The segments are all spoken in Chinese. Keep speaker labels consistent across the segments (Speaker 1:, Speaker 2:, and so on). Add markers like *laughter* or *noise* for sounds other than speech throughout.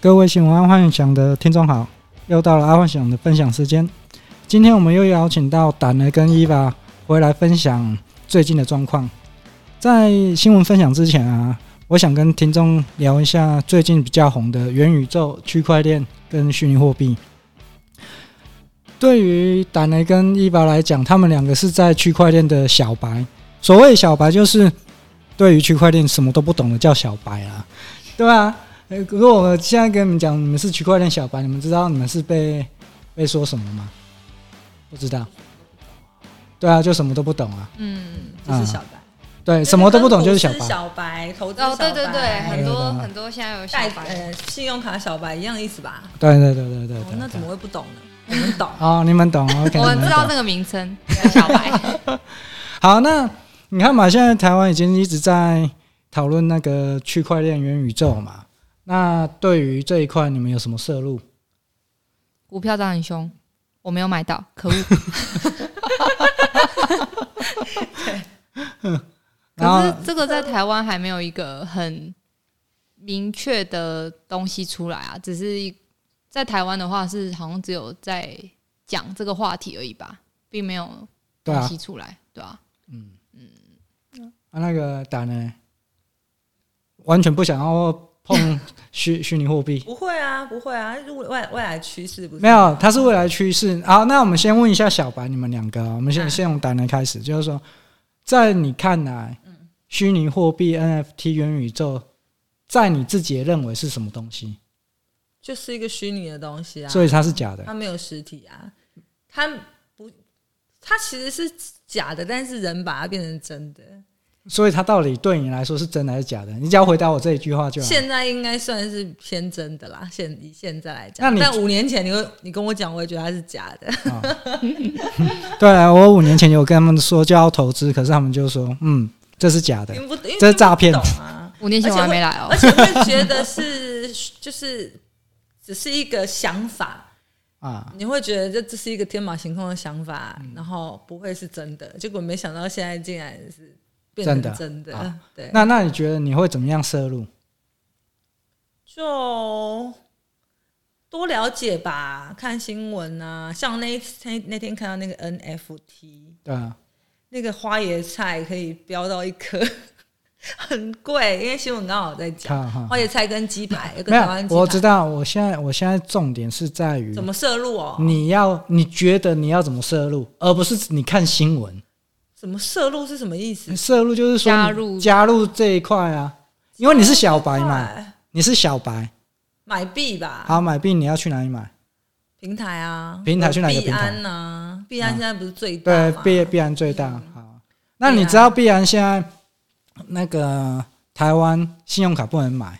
Speaker 1: 各位喜欢幻想的听众好，又到了阿幻想的分享时间。今天我们又邀请到胆儿跟伊娃回来分享最近的状况。在新闻分享之前啊，我想跟听众聊一下最近比较红的元宇宙、区块链跟虚拟货币。对于胆儿跟伊娃来讲，他们两个是在区块链的小白。所谓小白，就是对于区块链什么都不懂的叫小白啦，对啊。呃，如果我现在跟你们讲，你们是区块链小白，你们知道你们是被被说什么吗？不知道。对啊，就什么都不懂啊。
Speaker 2: 嗯，
Speaker 3: 就是小白，
Speaker 1: 对，哎什么都不懂就是小
Speaker 3: 跟股市
Speaker 1: 白。
Speaker 3: 小白投资小白，
Speaker 2: 哦，对对对，
Speaker 1: 对
Speaker 2: 很多
Speaker 1: 对对
Speaker 2: 很多现在有小
Speaker 3: 贷
Speaker 2: 白，
Speaker 3: 呃信用卡小白一样的意思吧？
Speaker 1: 对对对对对
Speaker 3: 哦
Speaker 1: 对。
Speaker 3: 那怎么
Speaker 1: 对？，
Speaker 3: 会不懂呢？我们懂 *laughs*
Speaker 1: 哦，你们懂，OK。
Speaker 2: 我
Speaker 1: 你们
Speaker 2: 知道
Speaker 1: 懂
Speaker 2: 这个名称，小白，
Speaker 1: 好，那你看嘛，现在台湾已经一直在讨论那个区块链元宇宙嘛。那对于这一块，你们有什么摄入？
Speaker 2: 股票涨很凶，我没有买到，可恶。
Speaker 1: *laughs* 然
Speaker 2: 可
Speaker 1: 后
Speaker 2: 是这个在台湾还没有一个很明确的东西出来啊，只是在台湾的话是好像只有在讲这个话题而已吧，并没有
Speaker 1: 对啊
Speaker 2: 东西出来，对啊，
Speaker 1: 啊，那个打呢，完全不想要碰虚虚拟货币。
Speaker 3: 不会啊，不会啊，未未未来趋势不是
Speaker 1: 没有，它是未来趋势。好，那我们先问一下小白，你们两个哦，我们先、
Speaker 3: 嗯
Speaker 1: 先从胆来开始，就是说，在你看来，
Speaker 3: 嗯
Speaker 1: 虚拟货币、NFT、元宇宙，在你自己也认为是什么东西？
Speaker 3: 就是一个虚拟的东西啊，
Speaker 1: 所以它是假的。
Speaker 3: 它没有实体啊，它不，它其实是假的，但是人把它变成真的。
Speaker 1: 所以它到底对你来说是真的还是假的？你只要回答我这一句话就好。
Speaker 3: 现在应该算是偏真的啦，现以现在来
Speaker 1: 那
Speaker 3: 讲，
Speaker 1: 你
Speaker 3: 但五年前你会你跟我讲，我也觉得它是假的。
Speaker 1: 对，啊我五年前有跟他们说就要投资，可是他们就说，嗯，这是假的。
Speaker 3: 听不，因为
Speaker 1: 这是诈骗
Speaker 3: 听不懂啊！
Speaker 2: 五年前我还没来哦
Speaker 3: 而，且会觉得是 *laughs* 就是只是一个想法，
Speaker 1: 啊，
Speaker 3: 你会觉得这这是一个天马行空的想法，
Speaker 1: 嗯
Speaker 3: 然后不会是真的。结果没想到现在竟然是变成
Speaker 1: 真的
Speaker 3: 真的，
Speaker 1: 啊
Speaker 3: *laughs* 对，
Speaker 1: 那那你觉得你会怎么样摄入？
Speaker 3: 就。多了解吧，看新闻啊，像那一次那那天看到那个 NFT，
Speaker 1: 对啊，
Speaker 3: 那个花椰菜可以飙到一颗， *laughs* 很贵，因为新闻刚好在讲
Speaker 1: 好好
Speaker 3: 花。椰菜跟鸡排，跟
Speaker 1: 啊没
Speaker 3: 台湾
Speaker 1: 有，
Speaker 3: 鸡
Speaker 1: 我
Speaker 3: 排
Speaker 1: 知道，我现在我现在重点是在于
Speaker 3: 怎么摄入哦？
Speaker 1: 你要你觉得你要怎么摄入，而不是你看新闻。
Speaker 3: 怎么摄入是什么意思？
Speaker 1: 摄入就是说你
Speaker 2: 加入
Speaker 1: 加入这一块啊，因为你是小白嘛，
Speaker 3: 哎
Speaker 1: 你是小白，
Speaker 3: 买币吧，
Speaker 1: 好买币你要去哪里买？
Speaker 3: 平台啊，
Speaker 1: 平台去哪个平台
Speaker 3: 币安啊，币安现在不是最大
Speaker 1: 对
Speaker 3: 吗，
Speaker 1: 必必然最大。好，那
Speaker 3: 必
Speaker 1: 你
Speaker 3: 然
Speaker 1: 知道必然现在那个台湾信用卡不能买，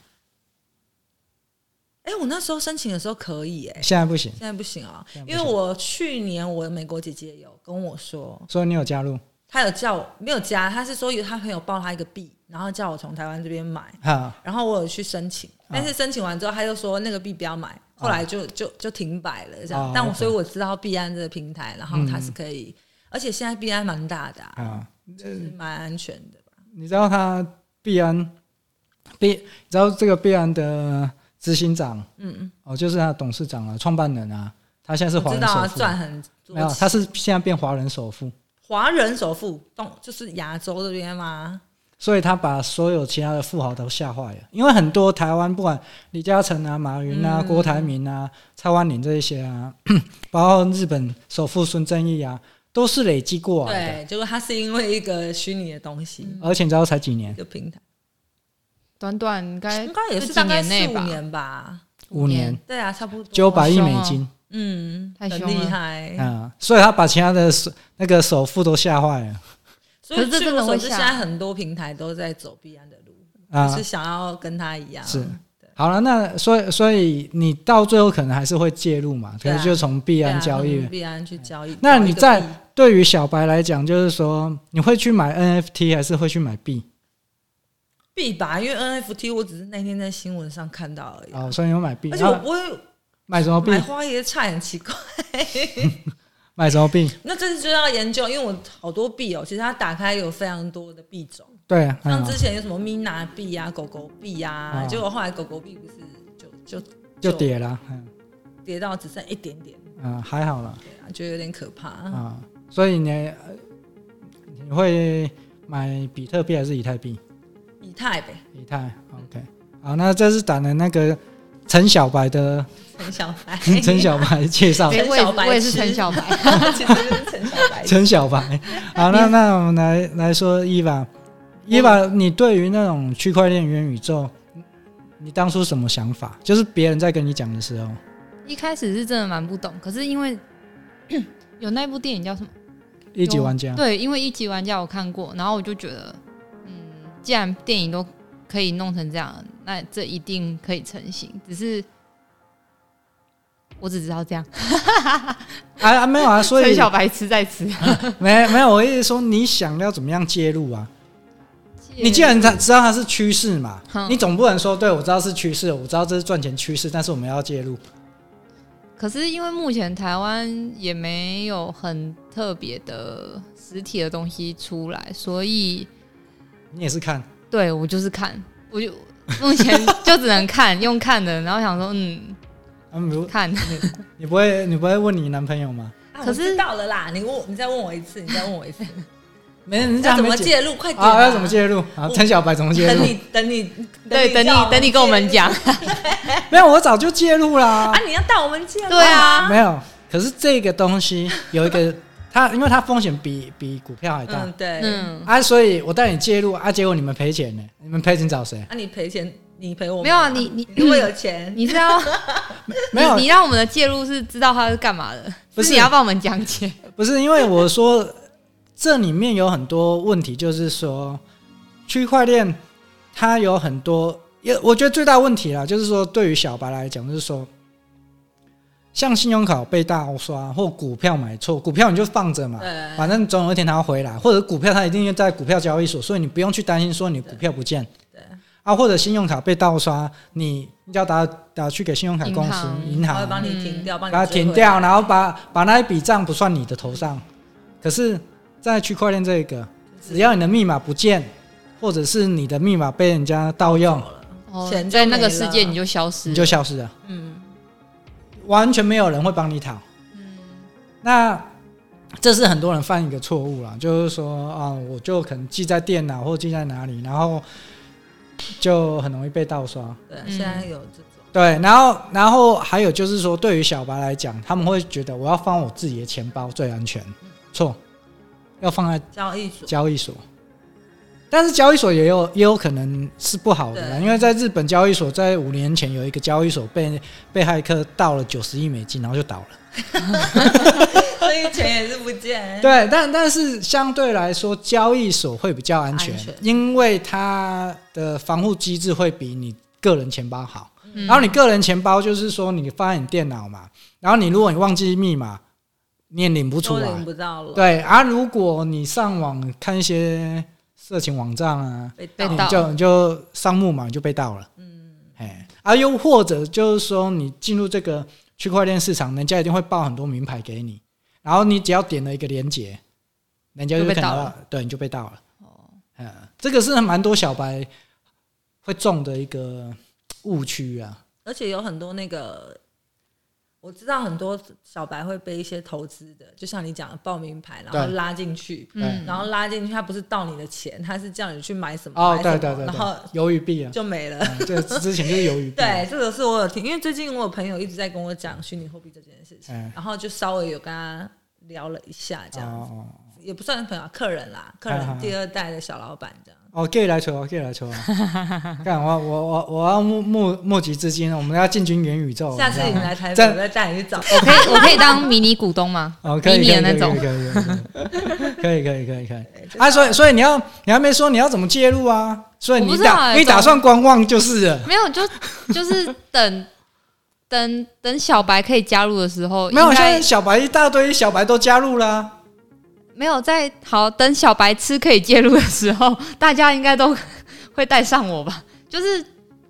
Speaker 3: 哎，我那时候申请的时候可以，哎，
Speaker 1: 现在不行，
Speaker 3: 现在不行啊
Speaker 1: 现在，不
Speaker 3: 因
Speaker 1: 行
Speaker 3: 为我去年我美国姐姐有跟我说，
Speaker 1: 所以你有加入。
Speaker 3: 她有叫我没有加，她是说有她朋友报她一个币，然后叫我从台湾这边买，
Speaker 1: 哈，
Speaker 3: 然后我有去申请，
Speaker 1: 啊
Speaker 3: 但是申请完之后，他又说那个币不要买，后来就就就停摆了这样
Speaker 1: 哦。
Speaker 3: 但我
Speaker 1: OK
Speaker 3: 所以我知道币安这个平台，然后它是可以，而且现在币安蛮大的啊，
Speaker 1: 嗯啊，
Speaker 3: 就是蛮安全的吧。
Speaker 1: 你知道他必安必，你知道这个必安的执行长
Speaker 3: 嗯，
Speaker 1: 哦，就是他的董事长啊，创办人啊，他现在是
Speaker 3: 我
Speaker 1: 华
Speaker 3: 知
Speaker 1: 人
Speaker 3: 道
Speaker 1: 首
Speaker 3: 啊，
Speaker 1: 富。
Speaker 3: 赚很多
Speaker 1: 没有，
Speaker 3: 钱。
Speaker 1: 他是现在变华人首富，
Speaker 3: 华人首富，东就是亚洲这边吗？
Speaker 1: 所以他把所有其他的富豪都吓坏了。因为很多台湾，不管李嘉诚啊、马云啊、
Speaker 3: 嗯
Speaker 1: 郭台铭啊、蔡万林这一些啊， *clears throat* 包括日本首富孙正义啊，都是累积过来的。
Speaker 3: 对，结果他是因为一个虚拟的东西，
Speaker 1: 而且你知道才几年
Speaker 3: 一？个平台，
Speaker 2: 短短应该
Speaker 3: 应该也是
Speaker 2: 这几
Speaker 3: 大概
Speaker 2: 哎
Speaker 3: 四
Speaker 2: 年内
Speaker 3: 五
Speaker 2: 吧，
Speaker 3: 年吧。
Speaker 1: 五年，
Speaker 3: 对啊，差不多。
Speaker 1: 九百亿
Speaker 2: 好
Speaker 1: 美
Speaker 2: 凶哦
Speaker 1: 金
Speaker 3: 嗯，
Speaker 2: 太
Speaker 3: 很
Speaker 2: 凶
Speaker 3: 厉
Speaker 2: 了
Speaker 3: 害。
Speaker 1: 啊！所以他把其他的首那个首富都吓坏了
Speaker 3: 所
Speaker 2: 可
Speaker 3: 以
Speaker 2: 是这
Speaker 3: 据
Speaker 2: 真
Speaker 3: 我
Speaker 2: 的
Speaker 3: 所
Speaker 2: 会
Speaker 3: 知，
Speaker 2: 吓
Speaker 3: 现在很多平台都在走币安的路。
Speaker 1: 啊！
Speaker 3: 是想要跟他一样，啊
Speaker 1: 是好了，那所以所以你到最后可能还是会介入嘛，可
Speaker 3: 对啊嗯
Speaker 1: 能就从币
Speaker 3: 必
Speaker 1: 安交易。
Speaker 3: 必然去交易。
Speaker 1: 那你在
Speaker 3: 找一个币
Speaker 1: 对于小白来讲，就是说你会去买 NFT 还是会去买币？
Speaker 3: 币吧，因为 NFT 我只是那天在新闻上看到而已，啊
Speaker 1: 哦，所以你会买币，
Speaker 3: 而且
Speaker 1: 然
Speaker 3: 我
Speaker 1: 后
Speaker 3: 不会
Speaker 1: 买什么币
Speaker 3: 买？花椰菜，很奇怪。 *laughs*
Speaker 1: 买什么币？
Speaker 3: 那这次就要研究，因为我好多币哦，其实它打开有非常多的币种，
Speaker 1: 对，啊，
Speaker 3: 像
Speaker 1: 嗯
Speaker 3: 之前有什么 Mina 币啊、狗狗币啊
Speaker 1: 哦，
Speaker 3: 结果后来狗狗币不是就就
Speaker 1: 就跌了，嗯
Speaker 3: 跌到只剩一点点，
Speaker 1: 啊，还好了
Speaker 3: 对啊，觉得有点可怕。
Speaker 1: 啊。所以你呃你会买比特币还是以太币？
Speaker 3: 以太呗， *laughs*
Speaker 1: 以太，OK。好，那这是打的那个陈小白
Speaker 3: *laughs*
Speaker 1: 的，
Speaker 3: 陈小白
Speaker 1: *laughs* 陈小白介绍，
Speaker 2: 对，我也
Speaker 3: 陈小白
Speaker 2: 我也是
Speaker 3: 痴
Speaker 2: 陈小白，
Speaker 3: *laughs* 其实就是陈小白。
Speaker 1: 陈小
Speaker 3: *laughs*
Speaker 1: 白。好，那那我们来来说伊娃，
Speaker 3: 嗯
Speaker 1: 伊娃，你对于那种区块链元宇宙，你当初什么想法？就是别人在跟你讲的时候，
Speaker 2: 一开始是真的蛮不懂，可是因
Speaker 1: *clears throat*
Speaker 2: 为有那部电影叫什么？
Speaker 1: 一级玩家，
Speaker 2: 对，因为一级玩家我看过，然后我就觉得，嗯，既然电影都可以弄成这样，那这一定可以成型。只是我只知道这样，
Speaker 1: 啊啊，没
Speaker 3: *laughs*
Speaker 1: 有啊，所
Speaker 2: *laughs* 陈
Speaker 1: 以
Speaker 2: 小白痴在吃。
Speaker 1: 没没有，我意思说你想要怎么样介入啊？ *laughs* 你既然他知道它是趋势嘛，
Speaker 2: 嗯
Speaker 1: 你总不能说对我知道是趋势，我知道这是赚钱趋势，但是我们要介入。
Speaker 2: 可是因为目前台湾也没有很特别的实体的东西出来，所以
Speaker 1: 你也是看，
Speaker 2: 对我就是看，我就目前就只能看用看的，然后想说嗯
Speaker 1: 嗯，如
Speaker 2: 看，
Speaker 1: 你不会你不会问你男朋友吗？
Speaker 3: 啊
Speaker 2: 可是
Speaker 3: 我知道了啦，你问，你再问我一次，你再问我一
Speaker 2: *laughs*
Speaker 3: 次，
Speaker 1: 没，人
Speaker 3: 要
Speaker 1: 家
Speaker 3: 怎么
Speaker 1: 没解
Speaker 3: 介入？快点
Speaker 1: 啊？
Speaker 3: 啊！
Speaker 1: 要怎么介入啊？
Speaker 3: 我
Speaker 1: *laughs* 陈小白怎么介
Speaker 3: 等
Speaker 1: 入？
Speaker 3: 你等你
Speaker 2: 对，等你
Speaker 3: 叫我
Speaker 2: 等你跟我们讲，
Speaker 1: 没有，我早就介入啦
Speaker 3: 啊，。你要带我们介入
Speaker 2: 对啊
Speaker 1: 没有，可是这个东西有一个它，因为它风险比比股票还大、
Speaker 3: 嗯，对，
Speaker 2: 嗯，
Speaker 1: 啊，所以我带你介入啊，结果你们赔钱呢，你们赔钱找谁？
Speaker 3: 啊，你赔钱，你赔我们
Speaker 2: 没有啊你你
Speaker 3: 如果有钱，
Speaker 2: 你知 *laughs* 道。
Speaker 1: 没有
Speaker 2: 你，你让我们的介入是知道他是干嘛的，
Speaker 1: 不是
Speaker 2: 你要帮我们讲解。
Speaker 1: 不是因为我说这里面有很多问题，就是说区块链它有很多，也我觉得最大问题啦，就是说对于小白来讲，就是说像信用卡被盗刷或股票买错，股票你就放着
Speaker 2: 嗯
Speaker 1: 嘛，
Speaker 3: 对
Speaker 1: 反正总有一天它要回来，或者股票它一定要在股票交易所，所以你不用去担心说你股票不见。
Speaker 3: 对
Speaker 1: 啊，或者信用卡被盗刷，你要打打去给信用卡公司、
Speaker 2: 银
Speaker 1: 银
Speaker 3: 他会
Speaker 1: 行，
Speaker 3: 帮你停掉，帮
Speaker 1: 嗯把
Speaker 3: 你
Speaker 1: 它
Speaker 3: 追回
Speaker 1: 停掉，，然后把把那一笔账不算你的头上。可是，在区块链这个，
Speaker 3: 嗯
Speaker 1: 只要你的密码不见，或者是你的密码被人家盗用，
Speaker 2: 哦
Speaker 3: 钱，就
Speaker 2: 在那个
Speaker 3: 没了
Speaker 2: 世界你就消失
Speaker 1: 你
Speaker 2: 了，
Speaker 1: 就消失了，
Speaker 3: 嗯，
Speaker 1: 完全没有人会帮你讨。那这是很多人犯一个错误啦，就是说啊，我就可能记在电脑或记在哪里，然后就很容易被盗刷。
Speaker 3: 对，
Speaker 2: 嗯
Speaker 3: 现在有这种，
Speaker 1: 对，然后然后还有就是说，对于小白来讲，他们会觉得我要放我自己的钱包最安全，错，要放在
Speaker 3: 交易所，
Speaker 1: 交易所。但是交易所也有也有可能是不好的啦，
Speaker 3: 对
Speaker 1: 因为在日本交易所，在五年前有一个交易所被被骇客盗了九十亿美金，然后就倒了。
Speaker 3: 所以钱也是不 *laughs* 见，
Speaker 1: 对，但但是相对来说，交易所会比较安全，
Speaker 3: 安全
Speaker 1: 因为它的防护机制会比你个人钱包好。
Speaker 2: 嗯
Speaker 1: 然后你个人钱包就是说你放在你电脑嘛，然后你如果你忘记密码，你也领不出
Speaker 3: 都
Speaker 1: 来
Speaker 3: 领。不到了，
Speaker 1: 对啊，如果你上网看一些色情网站啊，
Speaker 3: 被
Speaker 2: 被
Speaker 3: 盗
Speaker 1: 你
Speaker 2: 盗
Speaker 1: 就你就上木马你就被盗了。
Speaker 3: 嗯，
Speaker 1: 哎，啊，又或者就是说，你进入这个区块链市场，人家一定会报很多名牌给你，然后你只要点了一个链接，人家就
Speaker 2: 就被
Speaker 1: 看
Speaker 2: 盗
Speaker 1: 到
Speaker 2: 了，
Speaker 1: 对，你就被盗了。
Speaker 2: 哦
Speaker 1: 嗯，这个是蛮多小白会中的一个误区啊。
Speaker 3: 而且有很多那个。我知道很多小白会被一些投资的，就像你讲的报名牌，然后
Speaker 1: 对
Speaker 3: 拉进去，
Speaker 2: 嗯，
Speaker 3: 然后拉进去，他不是盗你的钱，他是叫你去买什么，
Speaker 1: 哦
Speaker 3: 买，什
Speaker 1: 对
Speaker 3: 么
Speaker 1: 对对
Speaker 3: 然
Speaker 1: 对 *laughs*
Speaker 3: 后，
Speaker 1: 鱿鱼币啊，
Speaker 3: 就没了。 *laughs*
Speaker 1: 嗯这之前就是鱿鱼币。啊
Speaker 3: 对，这个是我有听，因为最近我有朋友一直在跟我讲虚拟货币这件事情，
Speaker 1: 嗯
Speaker 3: 然后就稍微有跟他聊了一下，这样子、
Speaker 1: 哦
Speaker 3: 也不算朋友啊，客人啦，
Speaker 1: 嗯
Speaker 3: 客
Speaker 1: 嗯
Speaker 3: 人
Speaker 1: 嗯
Speaker 3: 第二代的小老板这样。
Speaker 1: 哦哦，gay 来抽，gay 来 *laughs* 抽，看我我我我要募募募集资金，我们要进军元宇宙。
Speaker 3: 下次
Speaker 1: 知
Speaker 3: 你
Speaker 1: 道吗
Speaker 3: 来台北，
Speaker 1: 在
Speaker 3: 我再带你去找。
Speaker 2: 我可以我可以当迷你股东吗？
Speaker 1: *laughs* 哦，可以
Speaker 2: 迷
Speaker 1: 可
Speaker 2: 你
Speaker 1: 以
Speaker 2: 的那种，
Speaker 1: 可以可以可以可以可以可以可以可以啊！所以所以你要你还没说你要怎么介入啊？所以
Speaker 2: 我
Speaker 1: 你
Speaker 2: 不知道
Speaker 1: 打
Speaker 2: 欸
Speaker 1: 你
Speaker 2: 怎么
Speaker 1: 打算观望就是了。
Speaker 2: 没有，就就是等等等小白可以加入的时候，
Speaker 1: 没有，
Speaker 2: 应
Speaker 1: 现
Speaker 2: 该
Speaker 1: 在小白一大堆小白都加入啊啦、
Speaker 2: 没有在好等小白痴可以介入的时候，大家应该都 *laughs* 会带上我吧？就是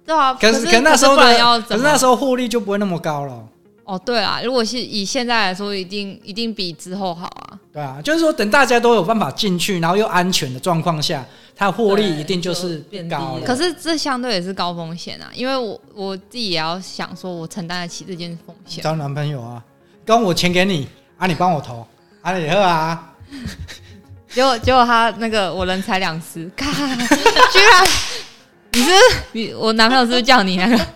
Speaker 2: 对啊，
Speaker 1: 可
Speaker 2: 是
Speaker 1: 是那时候
Speaker 2: 不然要
Speaker 1: 的，可
Speaker 2: 怎
Speaker 1: 是
Speaker 2: 么
Speaker 1: 那时候获利就不会那么高了，
Speaker 2: 哦，对啊，如果是以现在来说，一定一定比之后好啊。
Speaker 1: 对啊，就是说等大家都有办法进去，然后又安全的状况下，它的获利
Speaker 3: 对
Speaker 1: 一定就
Speaker 3: 就是变低
Speaker 1: 高
Speaker 3: 了
Speaker 1: 了。
Speaker 2: 可是这相对也是高风险啊，因为我我自己也要想说，我承担得起这件风险。
Speaker 1: 找男朋友啊，跟我钱给你啊，你帮我投啊，你喝啊，
Speaker 2: *laughs* 结果结果他那个我人财两失，咔，居然你是你我男朋友是不是叫你那个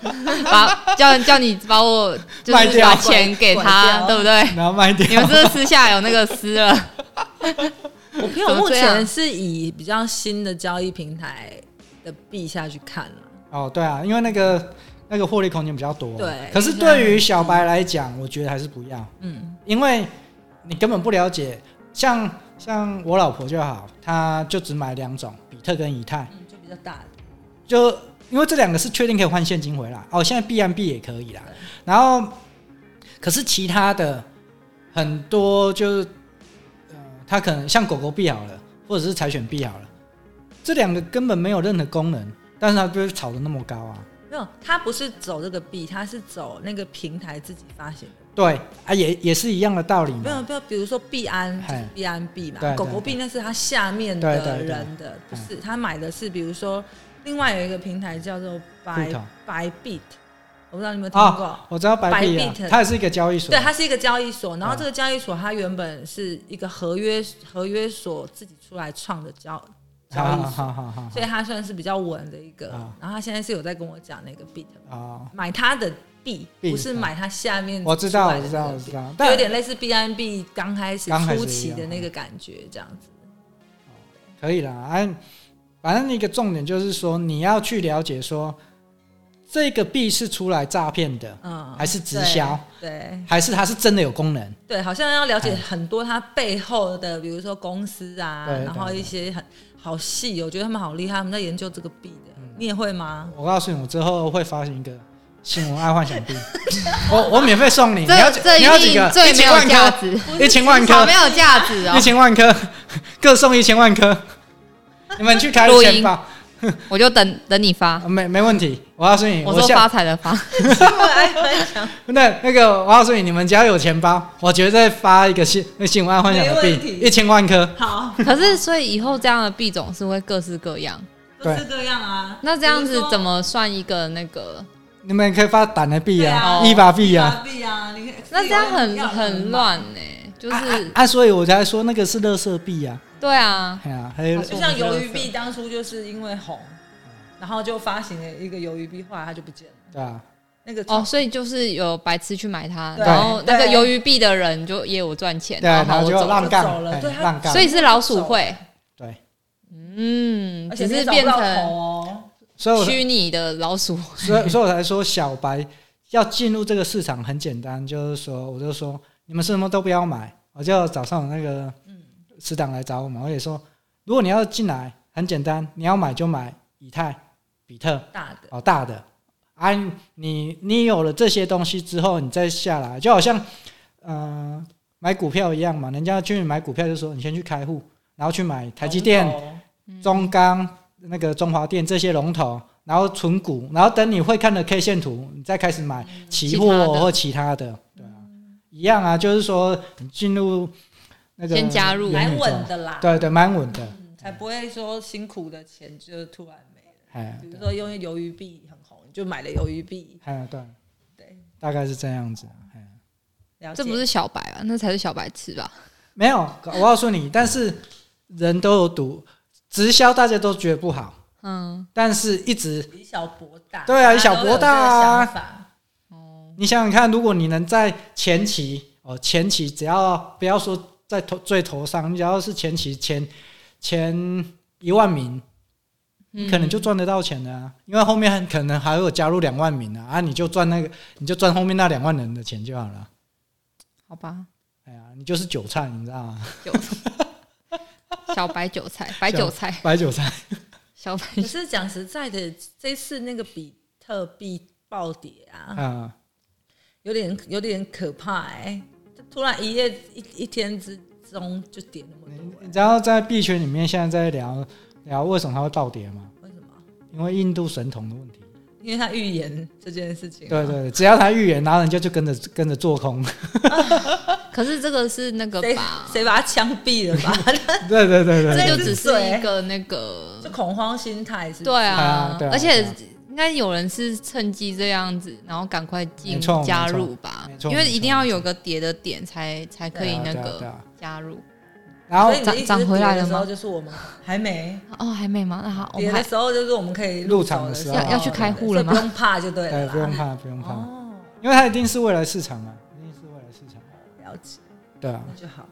Speaker 2: 把叫叫你把我就
Speaker 1: 卖
Speaker 2: 是
Speaker 1: 掉
Speaker 2: 把钱给
Speaker 3: 拐
Speaker 2: 他，
Speaker 3: 掉
Speaker 2: 对不对？
Speaker 1: 然后卖掉。
Speaker 2: 你们这私下有那个私了，
Speaker 3: 我朋友目
Speaker 1: 啊
Speaker 3: 前是以比较新的交易平台的币下去看了、
Speaker 1: 哦，对啊，因为那个那个获利空间比较多。啊
Speaker 3: 对
Speaker 1: 可是对于小白来讲，我觉得还是不要，
Speaker 3: 嗯，
Speaker 1: 因为你根本不了解。像像我老婆就好，她就只买两种，比特跟以太，
Speaker 3: 嗯就比较大的，
Speaker 1: 就因为这两个是确定可以换现金回来。哦，现在 B M B 也可以啦。然后，可是其他的很多就是，呃，它可能像狗狗币好了，或者是柴犬币好了，这两个根本没有任何功能，但是它就是炒的那么高啊。
Speaker 3: 没有，他不是走这个币，他是走那个平台自己发行的。
Speaker 1: 对啊，也也是一样的道理
Speaker 3: 没有，
Speaker 1: 嘛。
Speaker 3: 没有，比如说币安就
Speaker 1: 嘿
Speaker 3: 是币安币嘛
Speaker 1: 对，对
Speaker 3: 狗狗币那是他下面
Speaker 1: 对对
Speaker 3: 的
Speaker 1: 对嗯
Speaker 3: 人的，不是他买的是比如说另外有一个平台叫做白
Speaker 1: 富投
Speaker 3: 白 bit，我不知道你有没有听过。
Speaker 1: 啊，我知道白币啊
Speaker 3: 白币，
Speaker 1: 它也是一个交易所
Speaker 3: 对，。它是一个交易所，然后
Speaker 1: 嗯
Speaker 3: 这个交易所它原本是一个合约合约所自己出来创的交交易
Speaker 1: 好
Speaker 3: 所，
Speaker 1: 好好好
Speaker 3: 所以它算是比较稳的一个。
Speaker 1: 啊
Speaker 3: 然后他现在是有在跟我讲那个 bit，
Speaker 1: 啊，
Speaker 3: 买它的币，
Speaker 1: 币啊
Speaker 3: 不是买它下面
Speaker 1: 我知道，
Speaker 3: 出来
Speaker 1: 我
Speaker 3: 的
Speaker 1: 知
Speaker 3: 那
Speaker 1: 道，
Speaker 3: 个
Speaker 1: 我
Speaker 3: bit
Speaker 1: 知道。
Speaker 3: 就有
Speaker 1: 但
Speaker 3: 点类似 B N B 刚开始
Speaker 1: 刚开始
Speaker 3: 初期
Speaker 1: 一样嗯
Speaker 3: 的那个感觉，这样子。
Speaker 1: 可以啦，啊，反正一个重点就是说，你要去了解说，这个币是出来诈骗的，
Speaker 3: 嗯，
Speaker 1: 还是直销，
Speaker 3: 对
Speaker 1: 还是它是真的有功能？
Speaker 3: 对，好像要了解
Speaker 1: 哎
Speaker 3: 很多它背后的，比如说公司啊，
Speaker 1: 对对
Speaker 3: 然后一些很好细，我觉得他们好厉害，他们在研究这个币的。
Speaker 1: 嗯
Speaker 3: 你也会吗？
Speaker 2: *laughs*
Speaker 1: 我告诉你，我之后会发行一个新闻爱幻想
Speaker 2: *laughs*
Speaker 1: 币，我我免费送你，你要
Speaker 2: 这
Speaker 1: 几
Speaker 2: 这
Speaker 1: 你要
Speaker 2: 一
Speaker 1: 几个
Speaker 2: 定？最
Speaker 1: 一
Speaker 2: 没
Speaker 1: 千
Speaker 2: 有
Speaker 1: 万
Speaker 2: 价
Speaker 1: 颗，
Speaker 2: 值，
Speaker 1: 一千万
Speaker 2: 好
Speaker 1: 颗
Speaker 2: 没，有价
Speaker 1: *laughs*
Speaker 2: 值
Speaker 1: 一
Speaker 2: 哦！
Speaker 1: 千万颗，各送一千万颗，你们去开
Speaker 2: 录
Speaker 1: 钱
Speaker 2: 音
Speaker 1: 吧，
Speaker 2: 我就等等你发，
Speaker 1: 没没问题。我告诉你，
Speaker 2: 我
Speaker 1: 我
Speaker 2: 说
Speaker 1: 下
Speaker 2: 发财的发，哎
Speaker 1: 那那个，我告诉你，你们只要有钱包，我绝对发一个新新闻爱幻想的
Speaker 3: 没问
Speaker 1: 币，
Speaker 3: 题
Speaker 1: 一千万颗。
Speaker 3: 好， *laughs*
Speaker 2: 可是所以以后这样的币种是会各式各样。
Speaker 3: 各式各样啊。
Speaker 2: 那这样
Speaker 3: 比如
Speaker 2: 子
Speaker 3: 说
Speaker 2: 怎么算一个那个？
Speaker 1: 你们可以发胆的币
Speaker 3: 对
Speaker 1: 啊，
Speaker 3: 啊
Speaker 1: 一把币啊。
Speaker 3: 一把币啊？你看
Speaker 2: 那这样很
Speaker 3: 要
Speaker 2: 很
Speaker 3: 嘛，
Speaker 2: 乱呢、就是
Speaker 1: 啊，所以我才说那个是乐色币啊，
Speaker 2: 对啊，
Speaker 1: 哎呀，还有
Speaker 2: 好
Speaker 3: 就像鱿鱼币当初就是因为红，然后就发行了一个鱿鱼币，后来它就不见了。
Speaker 1: 对啊，
Speaker 3: 那个
Speaker 2: 哦，所以就是有白痴去买它，
Speaker 3: 对
Speaker 2: 然后那个
Speaker 3: 对
Speaker 2: 鱿鱼币的人就也有赚钱，
Speaker 1: 对啊，然
Speaker 2: 好
Speaker 1: 后
Speaker 2: 我
Speaker 1: 就
Speaker 2: 走了，
Speaker 1: 浪
Speaker 3: 走
Speaker 1: 杠，
Speaker 3: 了
Speaker 1: 哎
Speaker 3: 对他
Speaker 1: 浪杠
Speaker 2: 所，以是老鼠会，
Speaker 1: 对，
Speaker 2: 嗯，
Speaker 3: 而且
Speaker 2: 只
Speaker 3: 你也
Speaker 2: 是
Speaker 3: 找不
Speaker 2: 变
Speaker 3: 到
Speaker 2: 成
Speaker 3: 头哦。
Speaker 1: 所以我
Speaker 2: 虚拟的老鼠，
Speaker 1: 所以所以我才说小白要进入这个市场很简单，就是说我就说你们什么都不要买，我就早上有那个
Speaker 3: 嗯
Speaker 1: 死党来找我们，我也说如果你要进来很简单，你要买就买以太、比特，
Speaker 3: 大的
Speaker 1: 哦，大的啊，你你有了这些东西之后，你再下来，就好像嗯、呃买股票一样嘛，人家去买股票就说你先去开户，然后去买台积
Speaker 2: 哦
Speaker 1: 电、
Speaker 3: 龙
Speaker 2: 嗯
Speaker 1: 中钢、那个中华电这些龙头，然后存股，然后等你会看的 K 线图，你再开始买期
Speaker 2: 嗯其他
Speaker 1: 货
Speaker 2: 的嗯
Speaker 1: 或其他的，对啊，一样啊，就是说你进入那个
Speaker 2: 先加入
Speaker 3: 头，
Speaker 1: 元宇
Speaker 3: 蛮
Speaker 1: 宙
Speaker 3: 稳，的啦，
Speaker 1: 对对，蛮稳的，
Speaker 3: 嗯才不会说辛苦的钱就突然没了。
Speaker 2: 嗯
Speaker 1: 哎
Speaker 3: 比如说因为鱿鱼币很红，你就买了鱿鱼币，
Speaker 1: 哎对，
Speaker 3: 对，
Speaker 1: 大概是这样子，哎。
Speaker 3: 了解
Speaker 2: 这不是小白啊，那才是小白痴吧？
Speaker 1: 没有，我告诉你，但是人都有赌，直销大家都觉得不好，
Speaker 2: 嗯，
Speaker 1: 但是一直
Speaker 3: 以小博大，
Speaker 1: 对啊以
Speaker 3: 大家
Speaker 1: 小
Speaker 3: 都有
Speaker 1: 博大啊
Speaker 3: 这个想法
Speaker 2: *laughs* 哦，
Speaker 1: 你想想看，如果你能在前期哦，前期只要不要说在头最头上，你只要是前期前前一万名，
Speaker 3: 嗯
Speaker 2: 嗯
Speaker 1: 你可能就赚得到钱的啊，因为后面很可能还有加入两万名啊，啊，你就赚那个，你就赚后面那两万人的钱就好了。
Speaker 2: 好吧，
Speaker 1: 哎呀，你就是韭菜，你知道吗？ *laughs*
Speaker 2: 韭菜，小白韭菜，白
Speaker 1: 小
Speaker 2: 韭菜，
Speaker 1: 白韭菜，
Speaker 2: 小白
Speaker 3: 可是讲实在的，这次那个比特币暴跌啊，
Speaker 1: 嗯，
Speaker 3: 有点有点可怕哎、它突然一夜一一天之中就跌那么多、
Speaker 1: 你知道在币圈里面现在在聊聊为什么它会暴跌吗？
Speaker 3: 为什么？
Speaker 1: 因为印度神童的问题。
Speaker 3: 因为他预言这件事情、啊
Speaker 1: 对，对，只要他预言，然后人家就跟着跟着做
Speaker 3: *laughs*
Speaker 1: 空。
Speaker 2: 可是这个是那个
Speaker 3: 谁
Speaker 2: 吧？
Speaker 3: 谁把他枪毙了吧？ *laughs*
Speaker 2: *laughs*
Speaker 1: 对对对对
Speaker 2: 这
Speaker 1: 对
Speaker 2: 就只是一个那个
Speaker 3: 就恐慌心态是不是
Speaker 2: 对
Speaker 1: 啊
Speaker 2: 啊，
Speaker 1: 对啊对
Speaker 2: 而且
Speaker 1: 啊
Speaker 2: 应该有人是趁机这样子，然后赶快进
Speaker 1: 没错
Speaker 2: 加入吧
Speaker 1: 没，错
Speaker 2: 因为
Speaker 1: 没错
Speaker 2: 一定要有个叠的点才才可以
Speaker 1: 对啊
Speaker 2: 那
Speaker 1: 对啊对
Speaker 2: 个
Speaker 1: 啊
Speaker 2: 加入。
Speaker 1: 然后
Speaker 3: 所以你的意思是
Speaker 2: 啊长长回来了
Speaker 3: 叠的
Speaker 2: 吗
Speaker 3: 时候就是我们还没
Speaker 2: 哦，还没吗？那好，我
Speaker 3: 叠
Speaker 2: 们
Speaker 3: 的
Speaker 2: 还
Speaker 3: 时候，就是我们可以
Speaker 1: 入场的时候
Speaker 2: 要要去开户了吗
Speaker 3: 所以不用怕就对了
Speaker 1: 对，
Speaker 3: 啦，
Speaker 1: 哎不用怕，不用怕，
Speaker 3: 哦，
Speaker 1: 因为它一定是未来市场啊，一定是未来市场。啊
Speaker 3: 了解，
Speaker 1: 对啊，
Speaker 3: 那就好。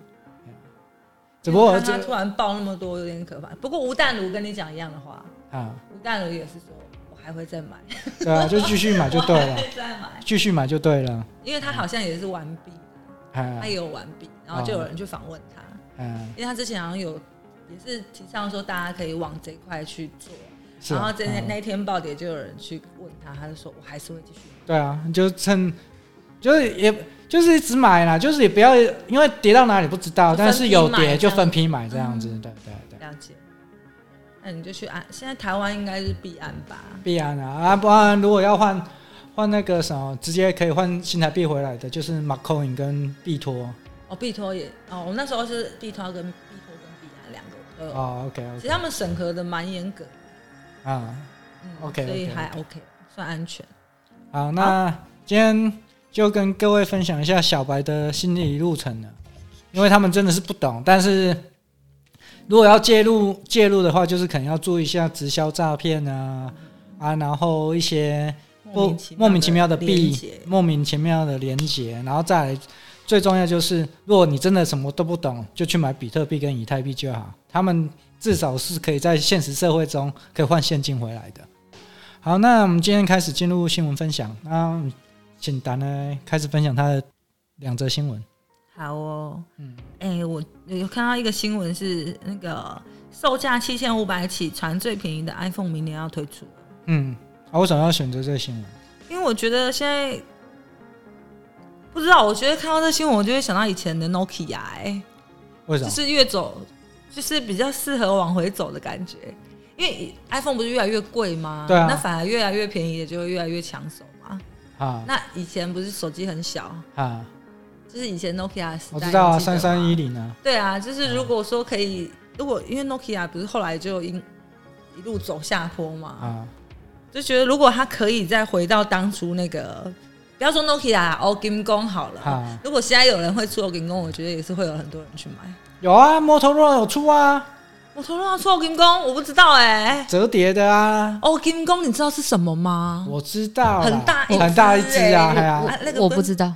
Speaker 1: 只不过
Speaker 3: 看他
Speaker 1: 这
Speaker 3: 突然爆那么多，有点可怕。不过吴淡如跟你讲一样的话，
Speaker 1: 啊，
Speaker 3: 吴淡如也是说，我还会再买，
Speaker 1: 对啊，就继续买就对
Speaker 3: 我 *laughs*
Speaker 1: 了
Speaker 3: 还，会 *laughs* 再买，
Speaker 1: 继续买就对了。
Speaker 3: 因为他好像也是完毕，
Speaker 1: 啊
Speaker 3: 他，也有完毕，然后就有人去访问他，
Speaker 1: 嗯，
Speaker 3: 因为他之前好像有也是提倡说大家可以往这一块去做，
Speaker 1: 是啊。
Speaker 3: 然后在那
Speaker 1: 嗯
Speaker 3: 那一天爆点就有人去问他，他就说我还是会继续
Speaker 1: 对啊，你就趁，就是也就是一直买啦，就是也不要因为跌到哪里不知道，
Speaker 3: 就
Speaker 1: 但是有
Speaker 3: 分批买
Speaker 1: 跌就
Speaker 3: 这样嗯
Speaker 1: 分批买这样子，对对对，
Speaker 3: 买了解。那你就去按，现在台湾应该是必按吧？
Speaker 1: 必然啊，啊不然如果要换换那个什么，直接可以换新台币回来的，就是 m a c o i n 跟币托
Speaker 3: 哦，必托也哦，我那时候是必托跟必托跟必安两个都有，
Speaker 1: 哦，OK
Speaker 3: 其
Speaker 1: OK
Speaker 3: 实他们审核的蛮严格的，
Speaker 1: 啊，
Speaker 3: 嗯
Speaker 1: OK，
Speaker 3: 所以
Speaker 1: OK，
Speaker 3: 还 OK，算安全。
Speaker 1: 好，那今天就跟各位分享一下小白的心理路程了，因为他们真的是不懂，但是如果要介入介入的话，就是可能要注意一下直销诈骗啊啊，然后一些不莫名其妙的
Speaker 3: 连
Speaker 1: 币
Speaker 3: 结，
Speaker 1: 莫名其妙的连接，然后再来最重要就是，如果你真的什么都不懂，就去买比特币跟以太币就好，他们至少是可以在现实社会中可以换现金回来的。好，那我们今天开始进入新闻分享，那简单的开始分享他的两则新闻。
Speaker 3: 好哦，
Speaker 1: 嗯
Speaker 3: 嗯，哎、我有看到一个新闻是那个售价七千五百起，传最便宜的 iPhone 明年要推出，
Speaker 1: 嗯，啊，为什么要选择这个新闻？
Speaker 3: 因为我觉得现在不知道，我觉得看到这新闻，我就会想到以前的 Nokia，哎、
Speaker 1: 为什么？
Speaker 3: 就是越走就是比较适合往回走的感觉，因为 iPhone 不是越来越贵吗？
Speaker 1: 对啊
Speaker 3: 那反而越来越便宜的就会越来越抢手嘛。
Speaker 1: 啊
Speaker 3: 那以前不是手机很小，
Speaker 1: 啊，
Speaker 3: 就是以前 Nokia 的时代，
Speaker 1: 我知道啊，
Speaker 3: 你记得
Speaker 1: 三
Speaker 3: 吗
Speaker 1: 三一。零啊，
Speaker 3: 对啊，就是如果说可以，如果因为 Nokia 不是后来就一一路走下坡嘛，
Speaker 1: 啊，
Speaker 3: 就觉得如果它可以再回到当初那个，不要说 Nokia 啦哦金工好了，
Speaker 1: 啊
Speaker 3: *laughs* 如果现在有人会出 o 金工，我觉得也是会有很多人去买。
Speaker 1: 有啊，摩托罗有出啊，
Speaker 3: 我头上出 o 金工，我不知道哎、
Speaker 1: 折叠的啊，
Speaker 3: 哦金工你知道是什么吗？
Speaker 1: 我知道啦，
Speaker 3: 哦很大一只
Speaker 1: 很大一只啊，
Speaker 3: 欸
Speaker 1: 哎呀
Speaker 3: 啊那个
Speaker 2: 我
Speaker 3: 跟
Speaker 2: 不知道，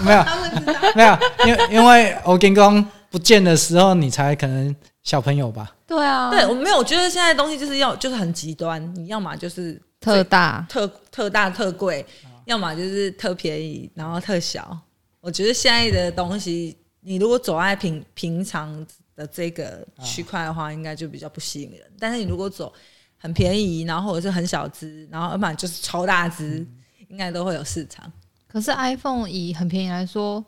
Speaker 1: 没有
Speaker 3: 他会知道。啊
Speaker 1: 没有，因因为我跟公不见的时候，你才可能小朋友吧，
Speaker 2: 对啊，
Speaker 3: 对，我没有，我觉得现在东西就是要就是很极端，你要么就是
Speaker 2: 特大，
Speaker 3: 特特大特贵，
Speaker 1: 啊
Speaker 3: 要么就是特便宜，然后特小。我觉得现在的东西，你如果走在平平常的这个区块的话，应该就比较不吸引人。但是你如果走很便宜，然后或者是很小只，然后要不然就是超大只，
Speaker 1: 嗯
Speaker 3: 应该都会有市场。
Speaker 2: 可是 iPhone 以很便宜来说，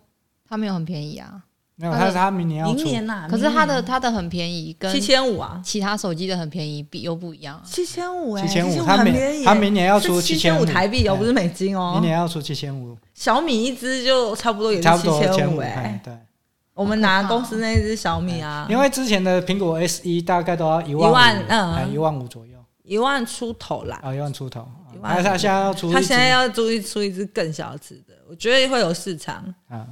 Speaker 2: 它没有很便宜啊。
Speaker 1: 没有，
Speaker 2: 他
Speaker 1: 他
Speaker 2: 的
Speaker 1: 是他明年要
Speaker 3: 明
Speaker 1: 出，
Speaker 3: 年呐、
Speaker 2: 可是它的它的很便宜，跟
Speaker 3: 啊七千五啊，
Speaker 2: 其他手机的很便宜比又不一样啊。
Speaker 3: 七千五哎，
Speaker 1: 七千五，
Speaker 3: 75
Speaker 1: 他
Speaker 3: 很便
Speaker 1: 明
Speaker 3: 宜，
Speaker 1: 他明年要出
Speaker 3: 七
Speaker 1: 千哎
Speaker 3: 五台币哦，不是美金
Speaker 1: 明
Speaker 3: 哦。
Speaker 1: 年要出七千五，
Speaker 3: 小米一只就差不多也是
Speaker 1: 差不
Speaker 3: 七
Speaker 1: 多
Speaker 3: 千
Speaker 1: 千
Speaker 3: 五哎
Speaker 1: 哎，，对，
Speaker 3: 我们拿公司那只小米啊，
Speaker 1: 因为之前的苹果 S 一大概都要一万
Speaker 3: 一万嗯
Speaker 1: 哎一万五左右
Speaker 3: 一万出头啦。
Speaker 1: 啊，一万出头，
Speaker 3: 一万
Speaker 1: 他他现在要哦出一只，
Speaker 3: 他现在要注意出一只更小只的，我觉得会有市场，
Speaker 1: 啊，